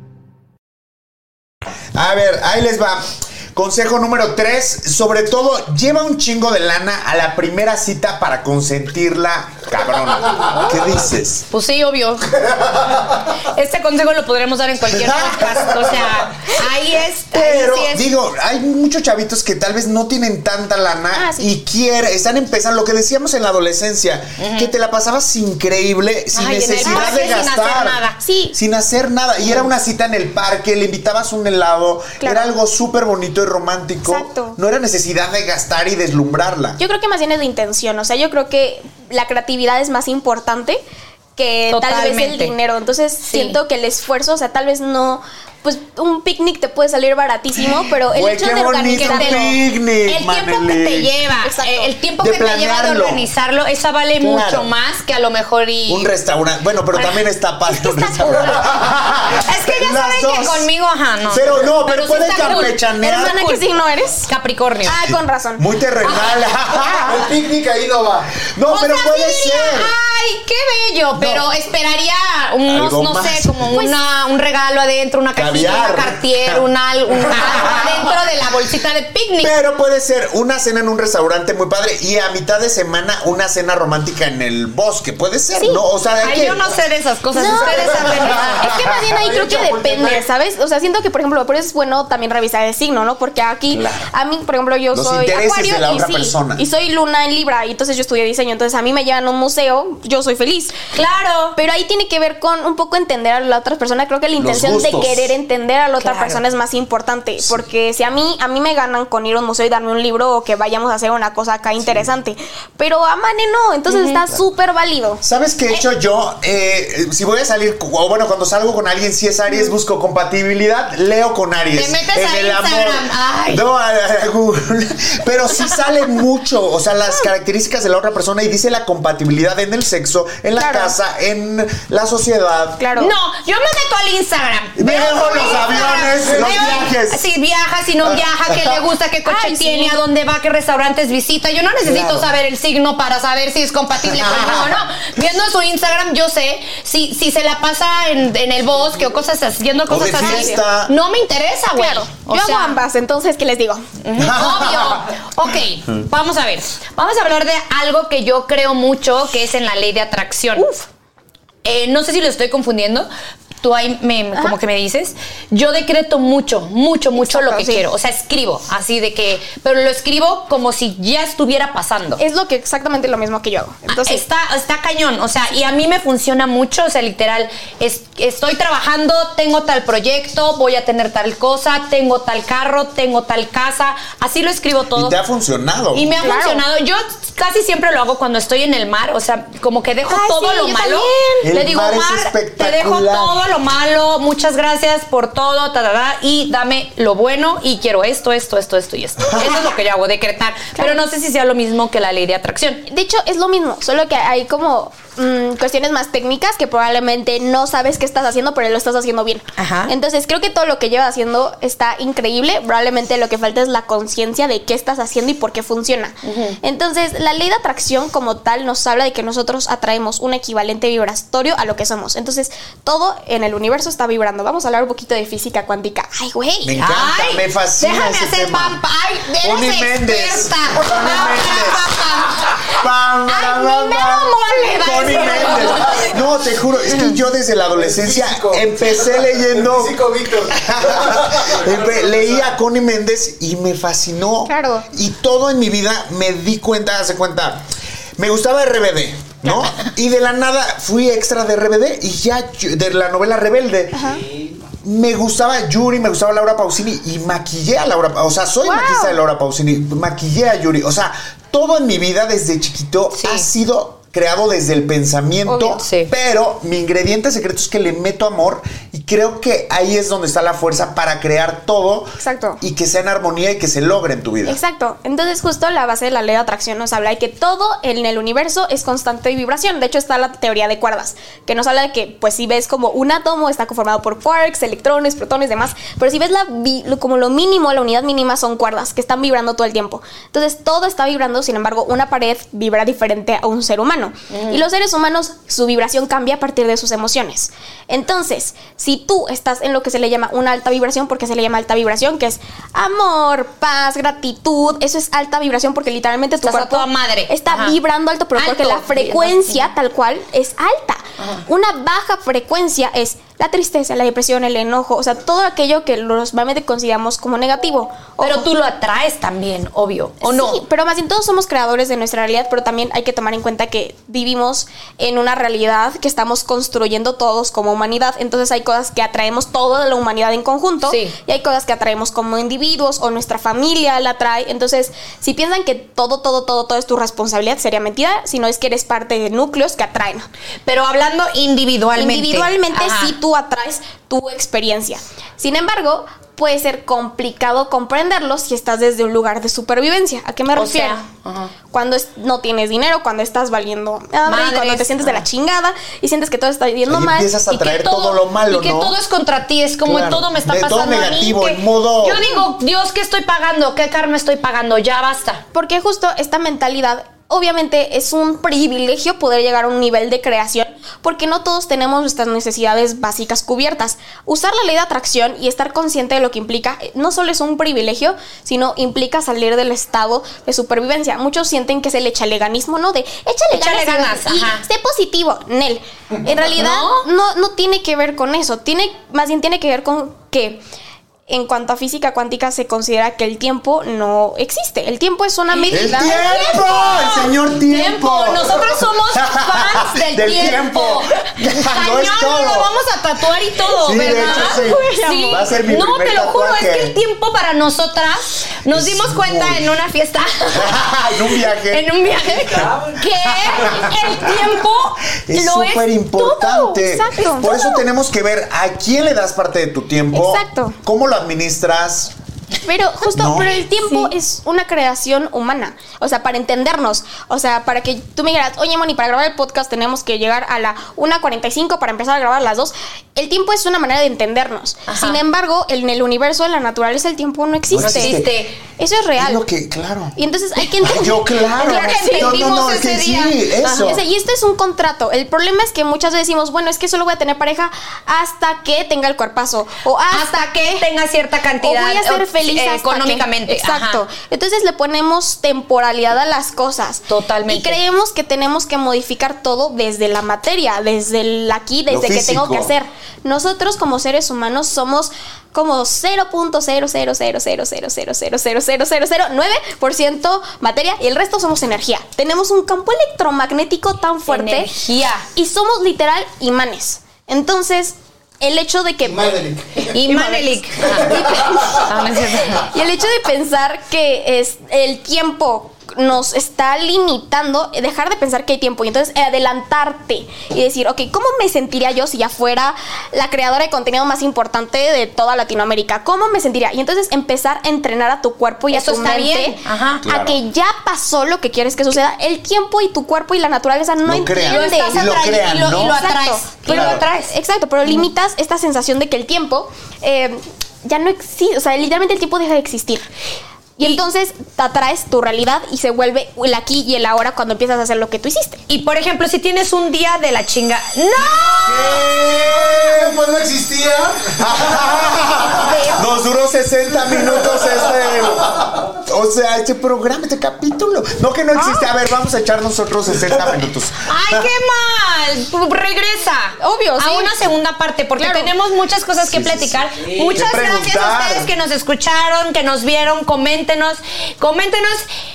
[SPEAKER 2] A ver, ahí les va. Consejo número 3, sobre todo, lleva un chingo de lana a la primera cita para consentirla, cabrón. ¿Qué dices?
[SPEAKER 1] pues sí, obvio. Este consejo lo podremos dar en cualquier podcast. O sea, ahí es.
[SPEAKER 2] Pero
[SPEAKER 1] ahí sí es.
[SPEAKER 2] digo, hay muchos chavitos que tal vez no tienen tanta lana
[SPEAKER 3] Ah, sí.
[SPEAKER 2] y quieren, están empezando lo que decíamos en la adolescencia, que te la pasabas increíble, sin
[SPEAKER 1] Ay, en el
[SPEAKER 2] necesidad
[SPEAKER 1] parque,
[SPEAKER 2] de
[SPEAKER 1] sin hacer
[SPEAKER 2] gastar.
[SPEAKER 1] nada.
[SPEAKER 3] Sí.
[SPEAKER 2] Sin hacer nada. Y era una cita en el parque, le invitabas un helado,
[SPEAKER 3] Claro.
[SPEAKER 2] era algo súper bonito y romántico.
[SPEAKER 3] Exacto.
[SPEAKER 2] No era necesidad de gastar y deslumbrarla.
[SPEAKER 3] Yo creo que más bien es la intención, o sea, yo creo que la creatividad es más importante que tal vez el
[SPEAKER 1] Totalmente.
[SPEAKER 3] dinero. Entonces, siento que el esfuerzo, o sea, tal vez no pues un picnic te puede salir baratísimo, pero el
[SPEAKER 2] Güey,
[SPEAKER 3] hecho
[SPEAKER 2] qué
[SPEAKER 3] de
[SPEAKER 2] bonito
[SPEAKER 3] organizarlo.
[SPEAKER 2] picnic,
[SPEAKER 1] el tiempo que te
[SPEAKER 2] Manelik.
[SPEAKER 1] lleva, eh, el tiempo
[SPEAKER 2] De
[SPEAKER 1] que te lleva de
[SPEAKER 2] planearlo.
[SPEAKER 1] organizarlo, esa vale
[SPEAKER 2] Claro.
[SPEAKER 1] mucho más que a lo mejor y.
[SPEAKER 2] Un restaurante. Bueno, pero también está padre un restaurante.
[SPEAKER 1] Es que ya
[SPEAKER 2] Las
[SPEAKER 1] saben que
[SPEAKER 2] dos.
[SPEAKER 1] conmigo, ajá, no.
[SPEAKER 2] Pero no, pero pueden
[SPEAKER 1] está cool.
[SPEAKER 2] campechanear.
[SPEAKER 3] Hermana, ¿qué signo eres?
[SPEAKER 1] Capricornio.
[SPEAKER 3] Ah, con razón.
[SPEAKER 2] Muy terrenal.
[SPEAKER 5] El picnic ahí no va.
[SPEAKER 2] No,
[SPEAKER 1] O
[SPEAKER 2] pero
[SPEAKER 1] sea,
[SPEAKER 2] puede
[SPEAKER 1] sí diría,
[SPEAKER 2] ser.
[SPEAKER 1] Ay, qué bello, pero esperaría unos,
[SPEAKER 2] Algo
[SPEAKER 1] no
[SPEAKER 2] más.
[SPEAKER 1] sé, como una, un regalo adentro, una cajita,
[SPEAKER 2] Caviar.
[SPEAKER 1] un cartier, un algo, un algo adentro de la bolsita de picnic.
[SPEAKER 2] Pero puede ser una cena en un restaurante muy padre y a mitad de semana una cena romántica en el bosque. Puede ser, ¿no? O sea, ¿de
[SPEAKER 1] Ay,
[SPEAKER 2] qué?
[SPEAKER 1] yo no sé de esas cosas,
[SPEAKER 3] No,
[SPEAKER 1] ustedes saben.
[SPEAKER 3] es que más bien ahí creo que depende, ¿sabes? O sea, siento que, por ejemplo, por eso es bueno también revisar el signo, ¿no? Porque aquí,
[SPEAKER 2] Claro.
[SPEAKER 3] a mí, por ejemplo, yo
[SPEAKER 2] Los
[SPEAKER 3] soy
[SPEAKER 2] intereses
[SPEAKER 3] acuario
[SPEAKER 2] de la
[SPEAKER 3] y,
[SPEAKER 2] otra
[SPEAKER 3] sí,
[SPEAKER 2] persona.
[SPEAKER 3] y soy luna en Libra, y entonces yo estudié diseño, entonces a mí me llevan a un museo, yo soy feliz. Claro. Pero ahí tiene que ver con un poco entender a la otra persona, creo que la intención de
[SPEAKER 2] gustos.
[SPEAKER 3] querer entender a la otra
[SPEAKER 1] Claro.
[SPEAKER 3] persona es más importante, porque si a mí, a mí me ganan con ir a un museo y darme un libro o que vayamos a hacer una cosa acá interesante, pero a Mane no, entonces está súper válido.
[SPEAKER 2] ¿Sabes qué he hecho yo? Eh, si voy a salir, o bueno, cuando salgo con alguien, si es Aries, busco compatibilidad, leo con Aries.
[SPEAKER 1] Te metes a Instagram, ay.
[SPEAKER 2] No, a- a Google. Pero sí sale mucho, o sea, las características de la otra persona y dice la compatibilidad en el sexo, en la
[SPEAKER 3] Claro.
[SPEAKER 2] casa, en la sociedad.
[SPEAKER 3] Claro.
[SPEAKER 1] No, yo me meto al Instagram.
[SPEAKER 2] Veo
[SPEAKER 1] su
[SPEAKER 2] los
[SPEAKER 1] Instagram.
[SPEAKER 2] aviones, los viajes.
[SPEAKER 1] Si viaja, si no viaja, qué le gusta, qué coche
[SPEAKER 3] Ay, sí.
[SPEAKER 1] tiene, a dónde va, qué restaurantes visita. Yo no necesito
[SPEAKER 2] Claro.
[SPEAKER 1] saber el signo para saber si es compatible conmigo o no. Viendo su Instagram, yo sé si, si se la pasa en, en el bosque o cosas así, haciendo cosas
[SPEAKER 2] de
[SPEAKER 1] así.
[SPEAKER 2] fiesta.
[SPEAKER 1] No me interesa, güey.
[SPEAKER 3] Claro.
[SPEAKER 1] O
[SPEAKER 3] yo
[SPEAKER 1] sea,
[SPEAKER 3] hago ambas, entonces, ¿qué les digo?
[SPEAKER 1] Obvio. Ok, vamos a ver. Vamos a hablar de algo que yo creo mucho, que es en la ley de atracción. Eh, no sé si lo estoy confundiendo. Tú ahí me- me- como que me dices, yo decreto mucho, mucho, mucho lo
[SPEAKER 3] Exacto,
[SPEAKER 1] que
[SPEAKER 3] sí.
[SPEAKER 1] quiero. O sea, escribo, así de que, pero lo escribo como si ya estuviera pasando.
[SPEAKER 3] Es lo que exactamente lo mismo que yo hago. Entonces,
[SPEAKER 1] Está, está cañón, o sea, y a mí me funciona mucho, o sea, literal, es- estoy trabajando, tengo tal proyecto, voy a tener tal cosa, tengo tal carro, tengo tal casa, así lo escribo todo.
[SPEAKER 2] Y te ha funcionado.
[SPEAKER 1] Y me ha
[SPEAKER 3] Claro.
[SPEAKER 1] funcionado. Yo casi siempre lo hago cuando estoy en el mar, o sea, como que dejo
[SPEAKER 3] Ay,
[SPEAKER 1] todo
[SPEAKER 3] sí,
[SPEAKER 1] lo
[SPEAKER 3] yo
[SPEAKER 1] malo.
[SPEAKER 2] también.
[SPEAKER 1] Le
[SPEAKER 2] El
[SPEAKER 1] digo,
[SPEAKER 2] mar es
[SPEAKER 1] mar, te dejo
[SPEAKER 2] espectacular.
[SPEAKER 1] todo lo malo, muchas gracias por todo, ta, ta, ta, y dame lo bueno y quiero esto, esto, esto, esto y esto. Eso es lo que yo hago, decretar. Pero no sé si sea lo mismo que la ley de atracción.
[SPEAKER 3] de hecho, es lo mismo, solo que hay como mm, cuestiones más técnicas que probablemente no sabes qué estás haciendo, pero lo estás haciendo bien.
[SPEAKER 1] Ajá.
[SPEAKER 3] Entonces, creo que todo lo que llevas haciendo está increíble. Probablemente lo que falta es la conciencia de qué estás haciendo y por qué funciona. Entonces, la ley de atracción como tal nos habla de que nosotros atraemos un equivalente vibratorio a lo que somos. Entonces, todo en el universo está vibrando. Vamos a hablar un poquito de física cuántica. Ay, güey.
[SPEAKER 2] Me encanta,
[SPEAKER 1] Ay,
[SPEAKER 2] me fascina.
[SPEAKER 1] déjame
[SPEAKER 2] ese
[SPEAKER 1] hacer
[SPEAKER 2] tema.
[SPEAKER 1] pam- ay, eres
[SPEAKER 2] Uni Méndez.
[SPEAKER 1] experta.
[SPEAKER 2] Uni
[SPEAKER 1] Pam,
[SPEAKER 2] Méndez.
[SPEAKER 1] pam, pam.
[SPEAKER 2] Pam,
[SPEAKER 1] Ay,
[SPEAKER 2] pam,
[SPEAKER 1] mi
[SPEAKER 2] pam,
[SPEAKER 1] mero
[SPEAKER 2] pam.
[SPEAKER 1] mole, va a decir.
[SPEAKER 2] Uni Méndez. No, te juro, es que yo desde la adolescencia
[SPEAKER 5] Físico.
[SPEAKER 2] empecé leyendo.
[SPEAKER 5] El físico Víctor.
[SPEAKER 2] Empe- Leí a Connie Méndez y me fascinó.
[SPEAKER 3] Claro.
[SPEAKER 2] Y todo en mi vida me di cuenta, hace cuenta. Me gustaba RBD, ¿no? Y de la nada fui extra de RBD y ya yo- de la novela Rebelde. Me gustaba Yuri, me gustaba Laura Pausini y maquillé a Laura, Pa- o sea, soy
[SPEAKER 3] Wow.
[SPEAKER 2] maquillista de Laura Pausini, maquillé a Yuri, o sea, todo en mi vida desde chiquito
[SPEAKER 1] Sí.
[SPEAKER 2] ha sido creado desde el pensamiento,
[SPEAKER 1] Obvio, sí.
[SPEAKER 2] pero mi ingrediente secreto es que le meto amor y creo que ahí es donde está la fuerza para crear todo
[SPEAKER 3] Exacto.
[SPEAKER 2] y que sea en armonía y que se logre en tu vida.
[SPEAKER 3] Exacto. Entonces, justo la base de la ley de atracción nos habla de que todo en el universo es constante de vibración. De hecho, está la teoría de cuerdas, que nos habla de que, pues, si ves como un átomo está conformado por quarks, electrones, protones, demás. Pero si ves la vi- lo- como lo mínimo, la unidad mínima son cuerdas que están vibrando todo el tiempo. Entonces, todo está vibrando. Sin embargo, una pared vibra diferente a un ser humano. Y los seres humanos, su vibración cambia a partir de sus emociones. Entonces, si tú estás en lo que se le llama una alta vibración, porque se le llama alta vibración, que es amor, paz, gratitud, eso es alta vibración porque literalmente tu
[SPEAKER 1] Estás a
[SPEAKER 3] cuerpo
[SPEAKER 1] toda madre.
[SPEAKER 3] está
[SPEAKER 1] Ajá.
[SPEAKER 3] vibrando alto, pero
[SPEAKER 1] Alto,
[SPEAKER 3] porque la
[SPEAKER 1] sí,
[SPEAKER 3] frecuencia tal cual es alta. Una baja frecuencia es la tristeza, la depresión, el enojo, o sea, todo aquello que normalmente consideramos como negativo.
[SPEAKER 1] Pero
[SPEAKER 3] Ojo.
[SPEAKER 1] tú lo atraes también, obvio, ¿o no?
[SPEAKER 3] Sí, pero más bien todos somos creadores de nuestra realidad, pero también hay que tomar en cuenta que vivimos en una realidad que estamos construyendo todos como humanidad. Entonces hay cosas que atraemos toda la humanidad en conjunto
[SPEAKER 1] Sí.
[SPEAKER 3] y hay cosas que atraemos como individuos o nuestra familia la atrae. Entonces, si piensan que todo, todo, todo, todo es tu responsabilidad, sería mentira, si no es que eres parte de núcleos que atraen.
[SPEAKER 1] Pero hablando individualmente.
[SPEAKER 3] Individualmente
[SPEAKER 1] Ajá.
[SPEAKER 3] sí tú tú atraes tu experiencia. Sin embargo, puede ser complicado comprenderlo si estás desde un lugar de supervivencia. ¿A qué me
[SPEAKER 1] O
[SPEAKER 3] refiero?
[SPEAKER 1] sea, ajá.
[SPEAKER 3] Cuando es- no tienes dinero, cuando estás valiendo hambre, y cuando
[SPEAKER 1] Madres.
[SPEAKER 3] te sientes de la chingada y sientes que todo está yendo
[SPEAKER 2] Ahí
[SPEAKER 3] mal.
[SPEAKER 2] empiezas a
[SPEAKER 3] y que
[SPEAKER 2] traer todo lo malo,
[SPEAKER 1] y que
[SPEAKER 2] ¿no?
[SPEAKER 1] todo es contra ti, es como
[SPEAKER 2] Claro.
[SPEAKER 1] todo me está
[SPEAKER 2] De todo
[SPEAKER 1] pasando a mí,
[SPEAKER 2] negativo,
[SPEAKER 1] que
[SPEAKER 2] en modo-
[SPEAKER 1] Yo digo, Dios, ¿qué estoy pagando? ¿Qué karma estoy pagando? Ya basta.
[SPEAKER 3] Porque justo esta mentalidad, obviamente es un privilegio poder llegar a un nivel de creación, porque no todos tenemos nuestras necesidades básicas cubiertas. Usar la ley de atracción y estar consciente de lo que implica, eh, no solo es un privilegio, sino implica salir del estado de supervivencia. Muchos sienten que es el echaleganismo, ¿no? De échale,
[SPEAKER 1] Échale
[SPEAKER 3] ganas,
[SPEAKER 1] ganas,
[SPEAKER 3] y
[SPEAKER 1] ajá.
[SPEAKER 3] sé positivo, Nel. En realidad
[SPEAKER 1] ¿No?
[SPEAKER 3] ¿No? No, tiene que ver con eso, tiene, más bien tiene que ver con que... En cuanto a física cuántica, se considera que el tiempo no existe. El tiempo es una medida.
[SPEAKER 2] ¡El tiempo! ¡El señor tiempo!
[SPEAKER 1] Nosotros somos fans del,
[SPEAKER 2] Del
[SPEAKER 1] tiempo.
[SPEAKER 2] tiempo. No es
[SPEAKER 1] Cañón,
[SPEAKER 2] todo.
[SPEAKER 1] lo vamos a tatuar y todo,
[SPEAKER 2] Sí, de
[SPEAKER 1] ¿verdad?
[SPEAKER 2] hecho, sí. Va a ser mi
[SPEAKER 1] no,
[SPEAKER 2] primer
[SPEAKER 1] te lo juro,
[SPEAKER 2] tatuaje.
[SPEAKER 1] es que el tiempo para nosotras nos dimos cuenta en una fiesta.
[SPEAKER 2] en un viaje.
[SPEAKER 1] en un viaje que el tiempo
[SPEAKER 2] Es
[SPEAKER 1] lo es
[SPEAKER 2] súper importante.
[SPEAKER 3] todo, exacto,
[SPEAKER 2] Por eso
[SPEAKER 3] todo.
[SPEAKER 2] tenemos que ver a quién le das parte de tu tiempo.
[SPEAKER 3] Exacto.
[SPEAKER 2] ¿Cómo lo administras?
[SPEAKER 3] Pero justo,
[SPEAKER 2] No.
[SPEAKER 3] pero el tiempo es una creación humana. O sea, para entendernos. O sea, para que tú me digas, oye, Moni, para grabar el podcast tenemos que llegar a la 1.45 para empezar a grabar a las 2. El tiempo es una manera de entendernos.
[SPEAKER 1] Ajá.
[SPEAKER 3] Sin embargo, en el universo, en la naturaleza, el tiempo no existe.
[SPEAKER 1] existe.
[SPEAKER 3] Eso es real.
[SPEAKER 2] Es lo que, claro.
[SPEAKER 3] Y entonces hay que
[SPEAKER 2] Ay,
[SPEAKER 3] entender.
[SPEAKER 2] yo, claro.
[SPEAKER 1] Claro que
[SPEAKER 2] No, no,
[SPEAKER 1] entendimos
[SPEAKER 2] no, es que
[SPEAKER 1] ese
[SPEAKER 2] sí,
[SPEAKER 1] día.
[SPEAKER 2] eso.
[SPEAKER 3] O sea, y esto es un contrato. El problema es que muchas veces decimos, bueno, es que solo voy a tener pareja hasta que tenga el cuerpazo. O hasta,
[SPEAKER 1] hasta que tenga cierta
[SPEAKER 3] o
[SPEAKER 1] cantidad
[SPEAKER 3] voy a
[SPEAKER 1] eh,
[SPEAKER 3] ser feliz hasta que-
[SPEAKER 1] económicamente.
[SPEAKER 3] Exacto.
[SPEAKER 1] Ajá.
[SPEAKER 3] Entonces le ponemos temporalidad a las cosas.
[SPEAKER 1] Totalmente.
[SPEAKER 3] Y creemos que tenemos que modificar todo desde la materia, desde el aquí,
[SPEAKER 2] Lo
[SPEAKER 3] desde que tengo que
[SPEAKER 2] físico.
[SPEAKER 3] hacer. Nosotros como seres humanos somos como 0.0000000000009% materia y el resto somos energía. Tenemos un campo electromagnético tan fuerte
[SPEAKER 1] Energía.
[SPEAKER 3] y somos literal imanes. Entonces, el hecho de que
[SPEAKER 1] Y Manelik. Ah, no es cierto.
[SPEAKER 3] y el hecho de pensar que es el tiempo nos está limitando, eh, dejar de pensar que hay tiempo y entonces adelantarte y decir, ok, ¿cómo me sentiría yo si ya fuera la creadora de contenido más importante de toda Latinoamérica? ¿Cómo me sentiría? Y entonces empezar a entrenar a tu cuerpo y
[SPEAKER 1] Eso
[SPEAKER 3] a tu
[SPEAKER 1] está
[SPEAKER 3] mente
[SPEAKER 1] bien, ajá.
[SPEAKER 3] a que ya pasó lo que quieres que suceda. El tiempo y tu cuerpo y la naturaleza no
[SPEAKER 2] Lo crean.
[SPEAKER 3] entienden.
[SPEAKER 1] Lo estás
[SPEAKER 2] Y lo
[SPEAKER 1] atrayendo
[SPEAKER 2] crean,
[SPEAKER 1] y lo, y
[SPEAKER 2] ¿no?
[SPEAKER 1] lo
[SPEAKER 3] Exacto.
[SPEAKER 1] atraes.
[SPEAKER 3] Pero
[SPEAKER 1] Y lo
[SPEAKER 2] Claro.
[SPEAKER 1] atraes.
[SPEAKER 3] Exacto, pero limitas esta sensación de que el tiempo eh, ya no existe. O sea, literalmente el tiempo deja de existir. Y, entonces te atraes tu realidad y se vuelve el aquí y el ahora cuando empiezas a hacer lo que tú hiciste.
[SPEAKER 1] Y por ejemplo, si tienes un día de la chinga. ¡No!
[SPEAKER 2] Pues no existía. Nos duró 60 minutos este. O sea, este programa, este capítulo. No que no existe.
[SPEAKER 1] Ah.
[SPEAKER 2] A ver, vamos a echar nosotros 60 minutos.
[SPEAKER 1] ¡Ay, qué mal! Pu- Regresa.
[SPEAKER 3] Obvio, sí.
[SPEAKER 1] A una segunda parte, porque
[SPEAKER 3] Claro.
[SPEAKER 1] tenemos muchas cosas que platicar. Muchas
[SPEAKER 2] Que
[SPEAKER 1] gracias a
[SPEAKER 2] preguntar.
[SPEAKER 1] ustedes que nos escucharon, que nos vieron. Coméntenos. Coméntenos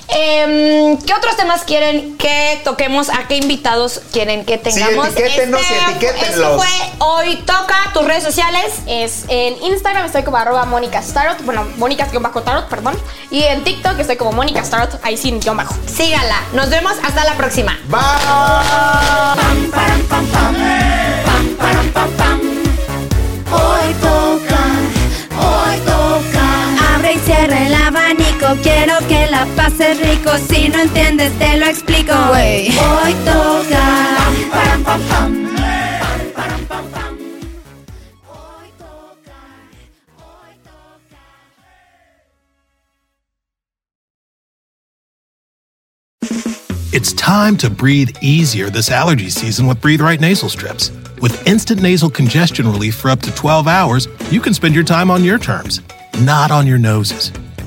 [SPEAKER 1] em, qué otros temas quieren que toquemos, a qué invitados quieren que tengamos.
[SPEAKER 2] etiquétenos y etiquétenlos.
[SPEAKER 1] Este fue Hoy Toca, tus redes sociales.
[SPEAKER 3] Es en Instagram estoy como arroba Mónica Starot, bueno, Mónica bajo Tarot, perdón. Y en TikTok estoy como Mónica Starot, ahí sin guión bajo.
[SPEAKER 1] Sígala. Nos vemos hasta la próxima.
[SPEAKER 2] Bye.
[SPEAKER 4] Hoy toca, hoy toca. Abre y cierra el abanico, quiero que la pases rico. Si no entiendes, te lo explico. Hoy toca. Hoy toca, hoy toca.
[SPEAKER 7] It's time to breathe easier this allergy season with Breathe Right Nasal Strips. With instant nasal congestion relief for up to 12 hours, you can spend your time on your terms, not on your noses.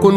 [SPEAKER 8] Con